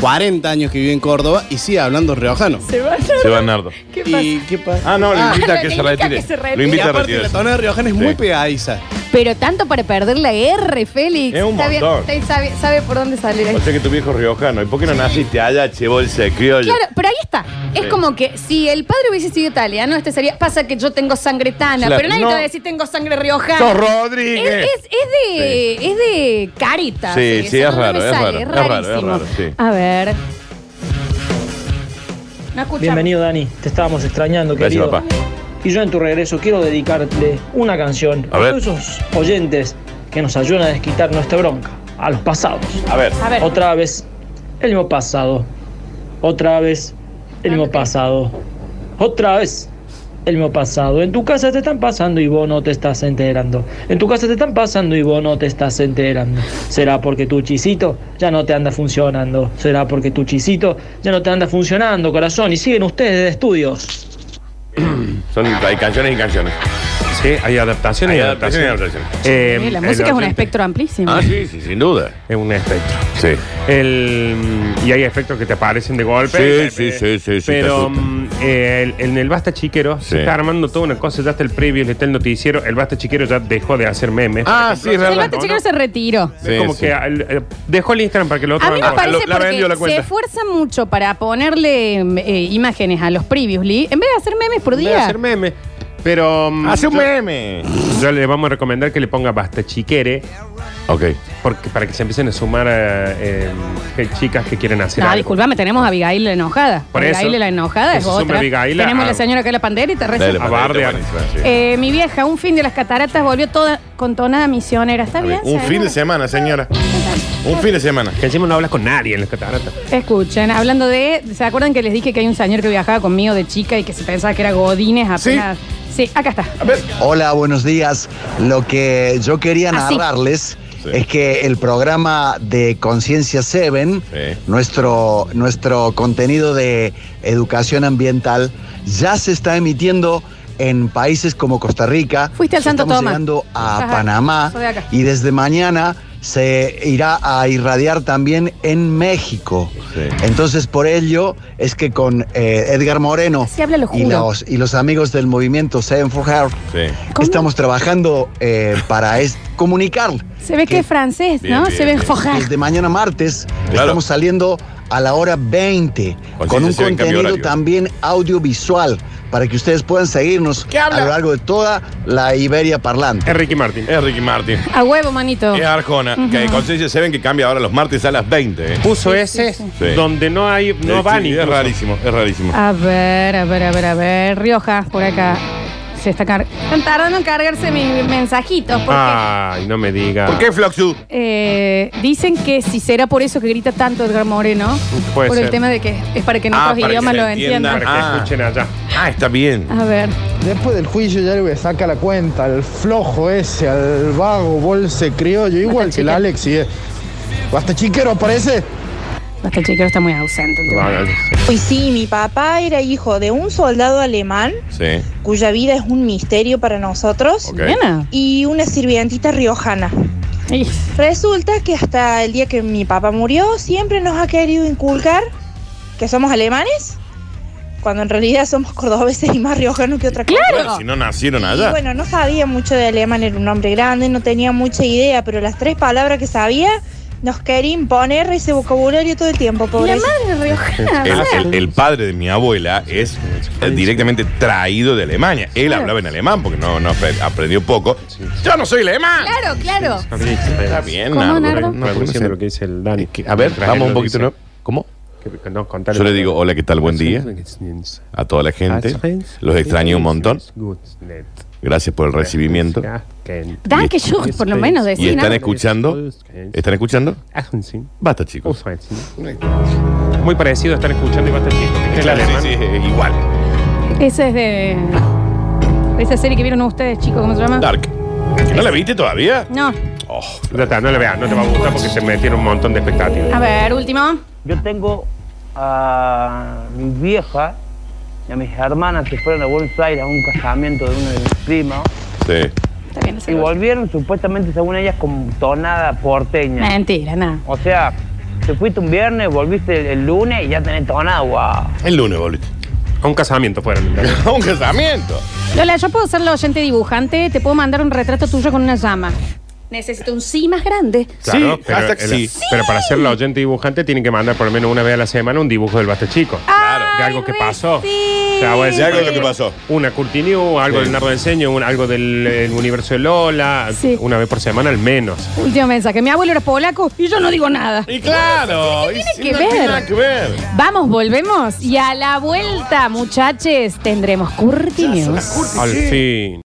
S21: 40 años que vive en Córdoba y sigue hablando riojano.
S1: Se va,
S14: Se va Nardo.
S1: ¿Qué
S21: pasa? ¿Qué pasa?
S14: Ah, no, lo invita a que se retire. Lo invita
S21: Y
S14: a
S21: aparte,
S14: retirarse.
S21: la tonada riojana es muy pegadiza.
S1: Pero tanto para perder la R, Félix.
S14: Es un
S1: Está bien,
S14: montón.
S1: está- sabe, sabe por dónde salir ahí.
S14: O sea que tu viejo es riojano. ¿Y por qué no naciste allá, che, bolsa de criollo?
S1: Claro, pero ahí está. Es
S14: Sí.
S1: como que si el padre hubiese sido italiano, este sería. Pasa que yo tengo sangre tana,
S14: Claro,
S1: pero nadie
S14: no.
S1: te va a decir tengo sangre riojana.
S14: Sos
S1: Es,
S14: Rodríguez.
S1: es- es de, es de carita.
S14: Sí, sí,
S1: eso
S14: es
S1: no me
S14: raro, es
S1: sale,
S14: raro. Es raro, es
S1: rarísimo.
S14: raro, sí.
S1: A ver. No escuchamos.
S22: Bienvenido Dani, te estábamos extrañando,
S14: Gracias,
S22: querido.
S14: papá.
S22: Y yo en tu regreso quiero dedicarte una canción
S14: A ver.
S22: todos esos oyentes que nos ayudan a desquitar nuestra bronca, a los pasados.
S14: A ver. A ver.
S22: Otra vez, el mismo pasado. Otra vez, el mismo pasado. Otra vez, el mismo pasado. En tu casa te están pasando y vos no te estás enterando. En tu casa te están pasando y vos no te estás enterando. Será porque tu chisito ya no te anda funcionando. Será porque tu chisito ya no te anda funcionando, corazón. Y siguen ustedes de estudios.
S14: Son hay canciones y canciones.
S4: Sí, hay adaptaciones
S14: Hay
S4: y adaptaciones.
S14: adaptaciones y
S4: Eh,
S1: Sí, la
S4: el
S1: música es un
S4: 80.
S1: espectro amplísimo.
S14: Ah, sí, sí, sin duda.
S4: Es un espectro.
S14: Sí.
S4: El, mm, y hay efectos que te aparecen de golpe.
S14: Sí,
S4: Eh,
S14: sí,
S4: eh,
S14: sí, sí, sí, te
S4: Pero
S14: asustan.
S4: mm, eh, el- en el Basta Chiquero
S14: Sí.
S4: se está armando toda una cosa. Ya está el preview, está el noticiero. El Basta Chiquero ya dejó de hacer memes. por
S1: Ah,
S4: ejemplo.
S1: sí, es El Basta Chiquero se retiró.
S4: Es como que al- eh, dejó el Instagram para que lo otro
S1: A mí me
S4: haga.
S1: parece porque se esfuerza mucho para ponerle mm, eh, imágenes a los previously en vez de hacer memes por
S4: En vez de
S1: día.
S4: hacer memes. Pero. mm,
S6: Hace un
S4: yo-
S6: meme.
S4: Yo le vamos a recomendar que le ponga Basta Chiquere.
S14: Ok.
S4: Porque, para que se empiecen a sumar eh, eh, chicas que quieren hacer.
S1: Ah,
S4: algo.
S1: disculpame, tenemos a Abigail la enojada.
S4: Por eso.
S1: Abigail la enojada es
S4: Eso es
S1: otra.
S4: una Abigail,
S1: tenemos
S4: ah.
S1: la señora que es la panderita. reza.
S4: a bardear.
S1: Eh, mi vieja, un fin de las cataratas volvió toda con tonada misionera. ¿Está bien?
S2: Un
S1: señora?
S2: fin de semana, señora. Un fin de semana.
S4: Que encima no hablas con nadie en las cataratas.
S1: Escuchen, hablando de. ¿Se acuerdan que les dije que hay un señor que viajaba conmigo de chica y que se pensaba que era Godínez apenas? Sí, acá está.
S3: Hola, buenos días. Lo que yo quería
S1: Así.
S3: narrarles es que el programa de Conciencia 7, nuestro, nuestro contenido de educación ambiental, ya se está emitiendo en países como Costa Rica.
S1: Fuiste al
S3: Ya
S1: Santo
S3: estamos
S1: Tomás.
S3: llegando a
S1: Ajá,
S3: Panamá
S1: soy de acá.
S3: y desde mañana se irá a irradiar también en México. Entonces, por ello es que con eh, Edgar Moreno
S1: Así habla, lo
S3: y
S1: juro.
S3: los, y los amigos del movimiento Seven for Heart, estamos trabajando eh, para es- comunicar.
S1: Se ve que es francés, ¿no? se ve fojar.
S3: Desde mañana martes
S1: Claro.
S3: estamos saliendo a la hora 20 con un
S1: se ve en cambio
S3: contenido
S1: horario.
S3: también audiovisual para que ustedes puedan seguirnos a lo largo de toda la Iberia parlante.
S4: Es Ricky Martin.
S14: Es Ricky Martin.
S1: A huevo, manito.
S6: Eh, ah.
S14: Es Arjona,
S1: Oh. Ujú.
S14: que Conciencia se ven que cambia ahora los martes a las 20. eh.
S4: Puso ese
S14: Sí.
S4: donde no hay, no
S14: Sí,
S4: van
S14: sí, Es
S4: incluso.
S14: rarísimo, es rarísimo.
S1: A ver, a ver, a ver, a ver. Rioja, por acá. Se está car- Están tardando en cargarse mis mensajitos. Porque,
S4: Ay, no me digas.
S6: ¿Por qué Floxu?
S1: eh, dicen que si será por eso que grita tanto Edgar Moreno.
S4: Puede
S1: por el
S4: ser.
S1: tema de que es para que en
S6: Ah,
S1: otros
S6: para que
S1: idiomas
S6: se
S1: lo
S6: entienda.
S1: entiendan.
S6: Para que
S4: escuchen allá.
S6: Ah, está bien.
S1: A ver.
S19: Después del juicio ya le saca la cuenta al flojo ese, al vago bolse criollo, igual que el Alex y es. Basta chiquero parece.
S1: Hasta el chiquero está muy ausente.
S14: Ah,
S15: Y sí, mi papá era hijo de un soldado alemán
S14: Sí.
S15: cuya vida es un misterio para nosotros
S14: Ok. Mira.
S15: y una sirvientita riojana. Resulta que hasta el día que mi papá murió siempre nos ha querido inculcar que somos alemanes cuando en realidad somos cordobeses y más riojanos que otra cosa.
S1: Ah.
S6: Bueno, si no nacieron allá.
S15: Y bueno, no sabía mucho de alemán, era un hombre grande, no tenía mucha idea, pero las tres palabras que sabía nos quería imponer ese vocabulario todo el tiempo, pobre.
S14: El, el- el padre de mi abuela es eh, directamente traído de Alemania. Él hablaba en alemán porque no, no apre- aprendió poco. Yo no soy alemán.
S1: Claro, claro.
S14: Está bien,
S1: ¿Cómo,
S14: Nardo.
S1: Nardo?
S14: No, porque
S4: Traduciendo
S14: se-
S4: lo que dice el Dani.
S14: A ver, vamos un poquito. ¿no? ¿Cómo?
S4: No, contale.
S14: Yo le digo, hola, ¿qué tal?
S4: Ah,
S14: Buen día a toda la gente. Los extraño un montón. Gracias por el recibimiento.
S4: ah,
S1: Dan que yo, por lo menos,
S14: Y
S1: decir.
S14: están
S1: ¿no?
S14: escuchando. ¿Están escuchando? Basta, chicos.
S4: Muy parecido estar escuchando y basta chico. Es
S14: Claro, sí,
S4: alemán.
S14: sí, es igual.
S1: Ese es de. Esa serie que vieron ustedes, chicos, ¿cómo se llama?
S14: Dark. ¿No la viste todavía? Oh,
S1: No.
S4: Ya está, no le veas, no te va a gustar porque se metieron un montón de expectativas.
S14: Ah.
S1: A ver, último.
S23: Yo tengo a mi vieja y a mis hermanas que fueron a Buenos Aires a un casamiento de uno de mis primos.
S14: Sí.
S23: y volvieron supuestamente, según ellas, con tonada porteña.
S1: Mentira, nada.
S23: O sea, te fuiste un viernes, volviste el, el lunes y ya tenés tonada, guau.
S14: El lunes, bolito.
S4: A un casamiento fueron.
S14: A un casamiento.
S1: Lola, yo puedo ser la oyente dibujante, te puedo mandar un retrato tuyo con una llama. Necesito un sí más grande.
S4: Claro,
S14: Sí,
S4: pero,
S14: hashtag
S4: el-
S14: sí.
S4: pero para ser la oyente dibujante tienen que mandar por lo menos una vez a la semana un dibujo del basta chico.
S1: Ah.
S4: Claro. De algo que pasó. O sea, voy a decir,
S14: De algo que pasó.
S4: Una Curtinio, algo del Nardo de Enseño, un- algo del el universo de Lola,
S1: Sí.
S4: una vez por semana al menos.
S1: Último mensaje. Mi abuelo era polaco y yo no digo nada.
S6: Y claro,
S1: ¿Qué
S6: y
S1: tiene
S6: si
S1: que
S6: no tiene
S1: ver?
S6: nada que ver.
S1: Vamos, volvemos. Y a la vuelta, muchachos, tendremos Curti News.
S4: Al fin.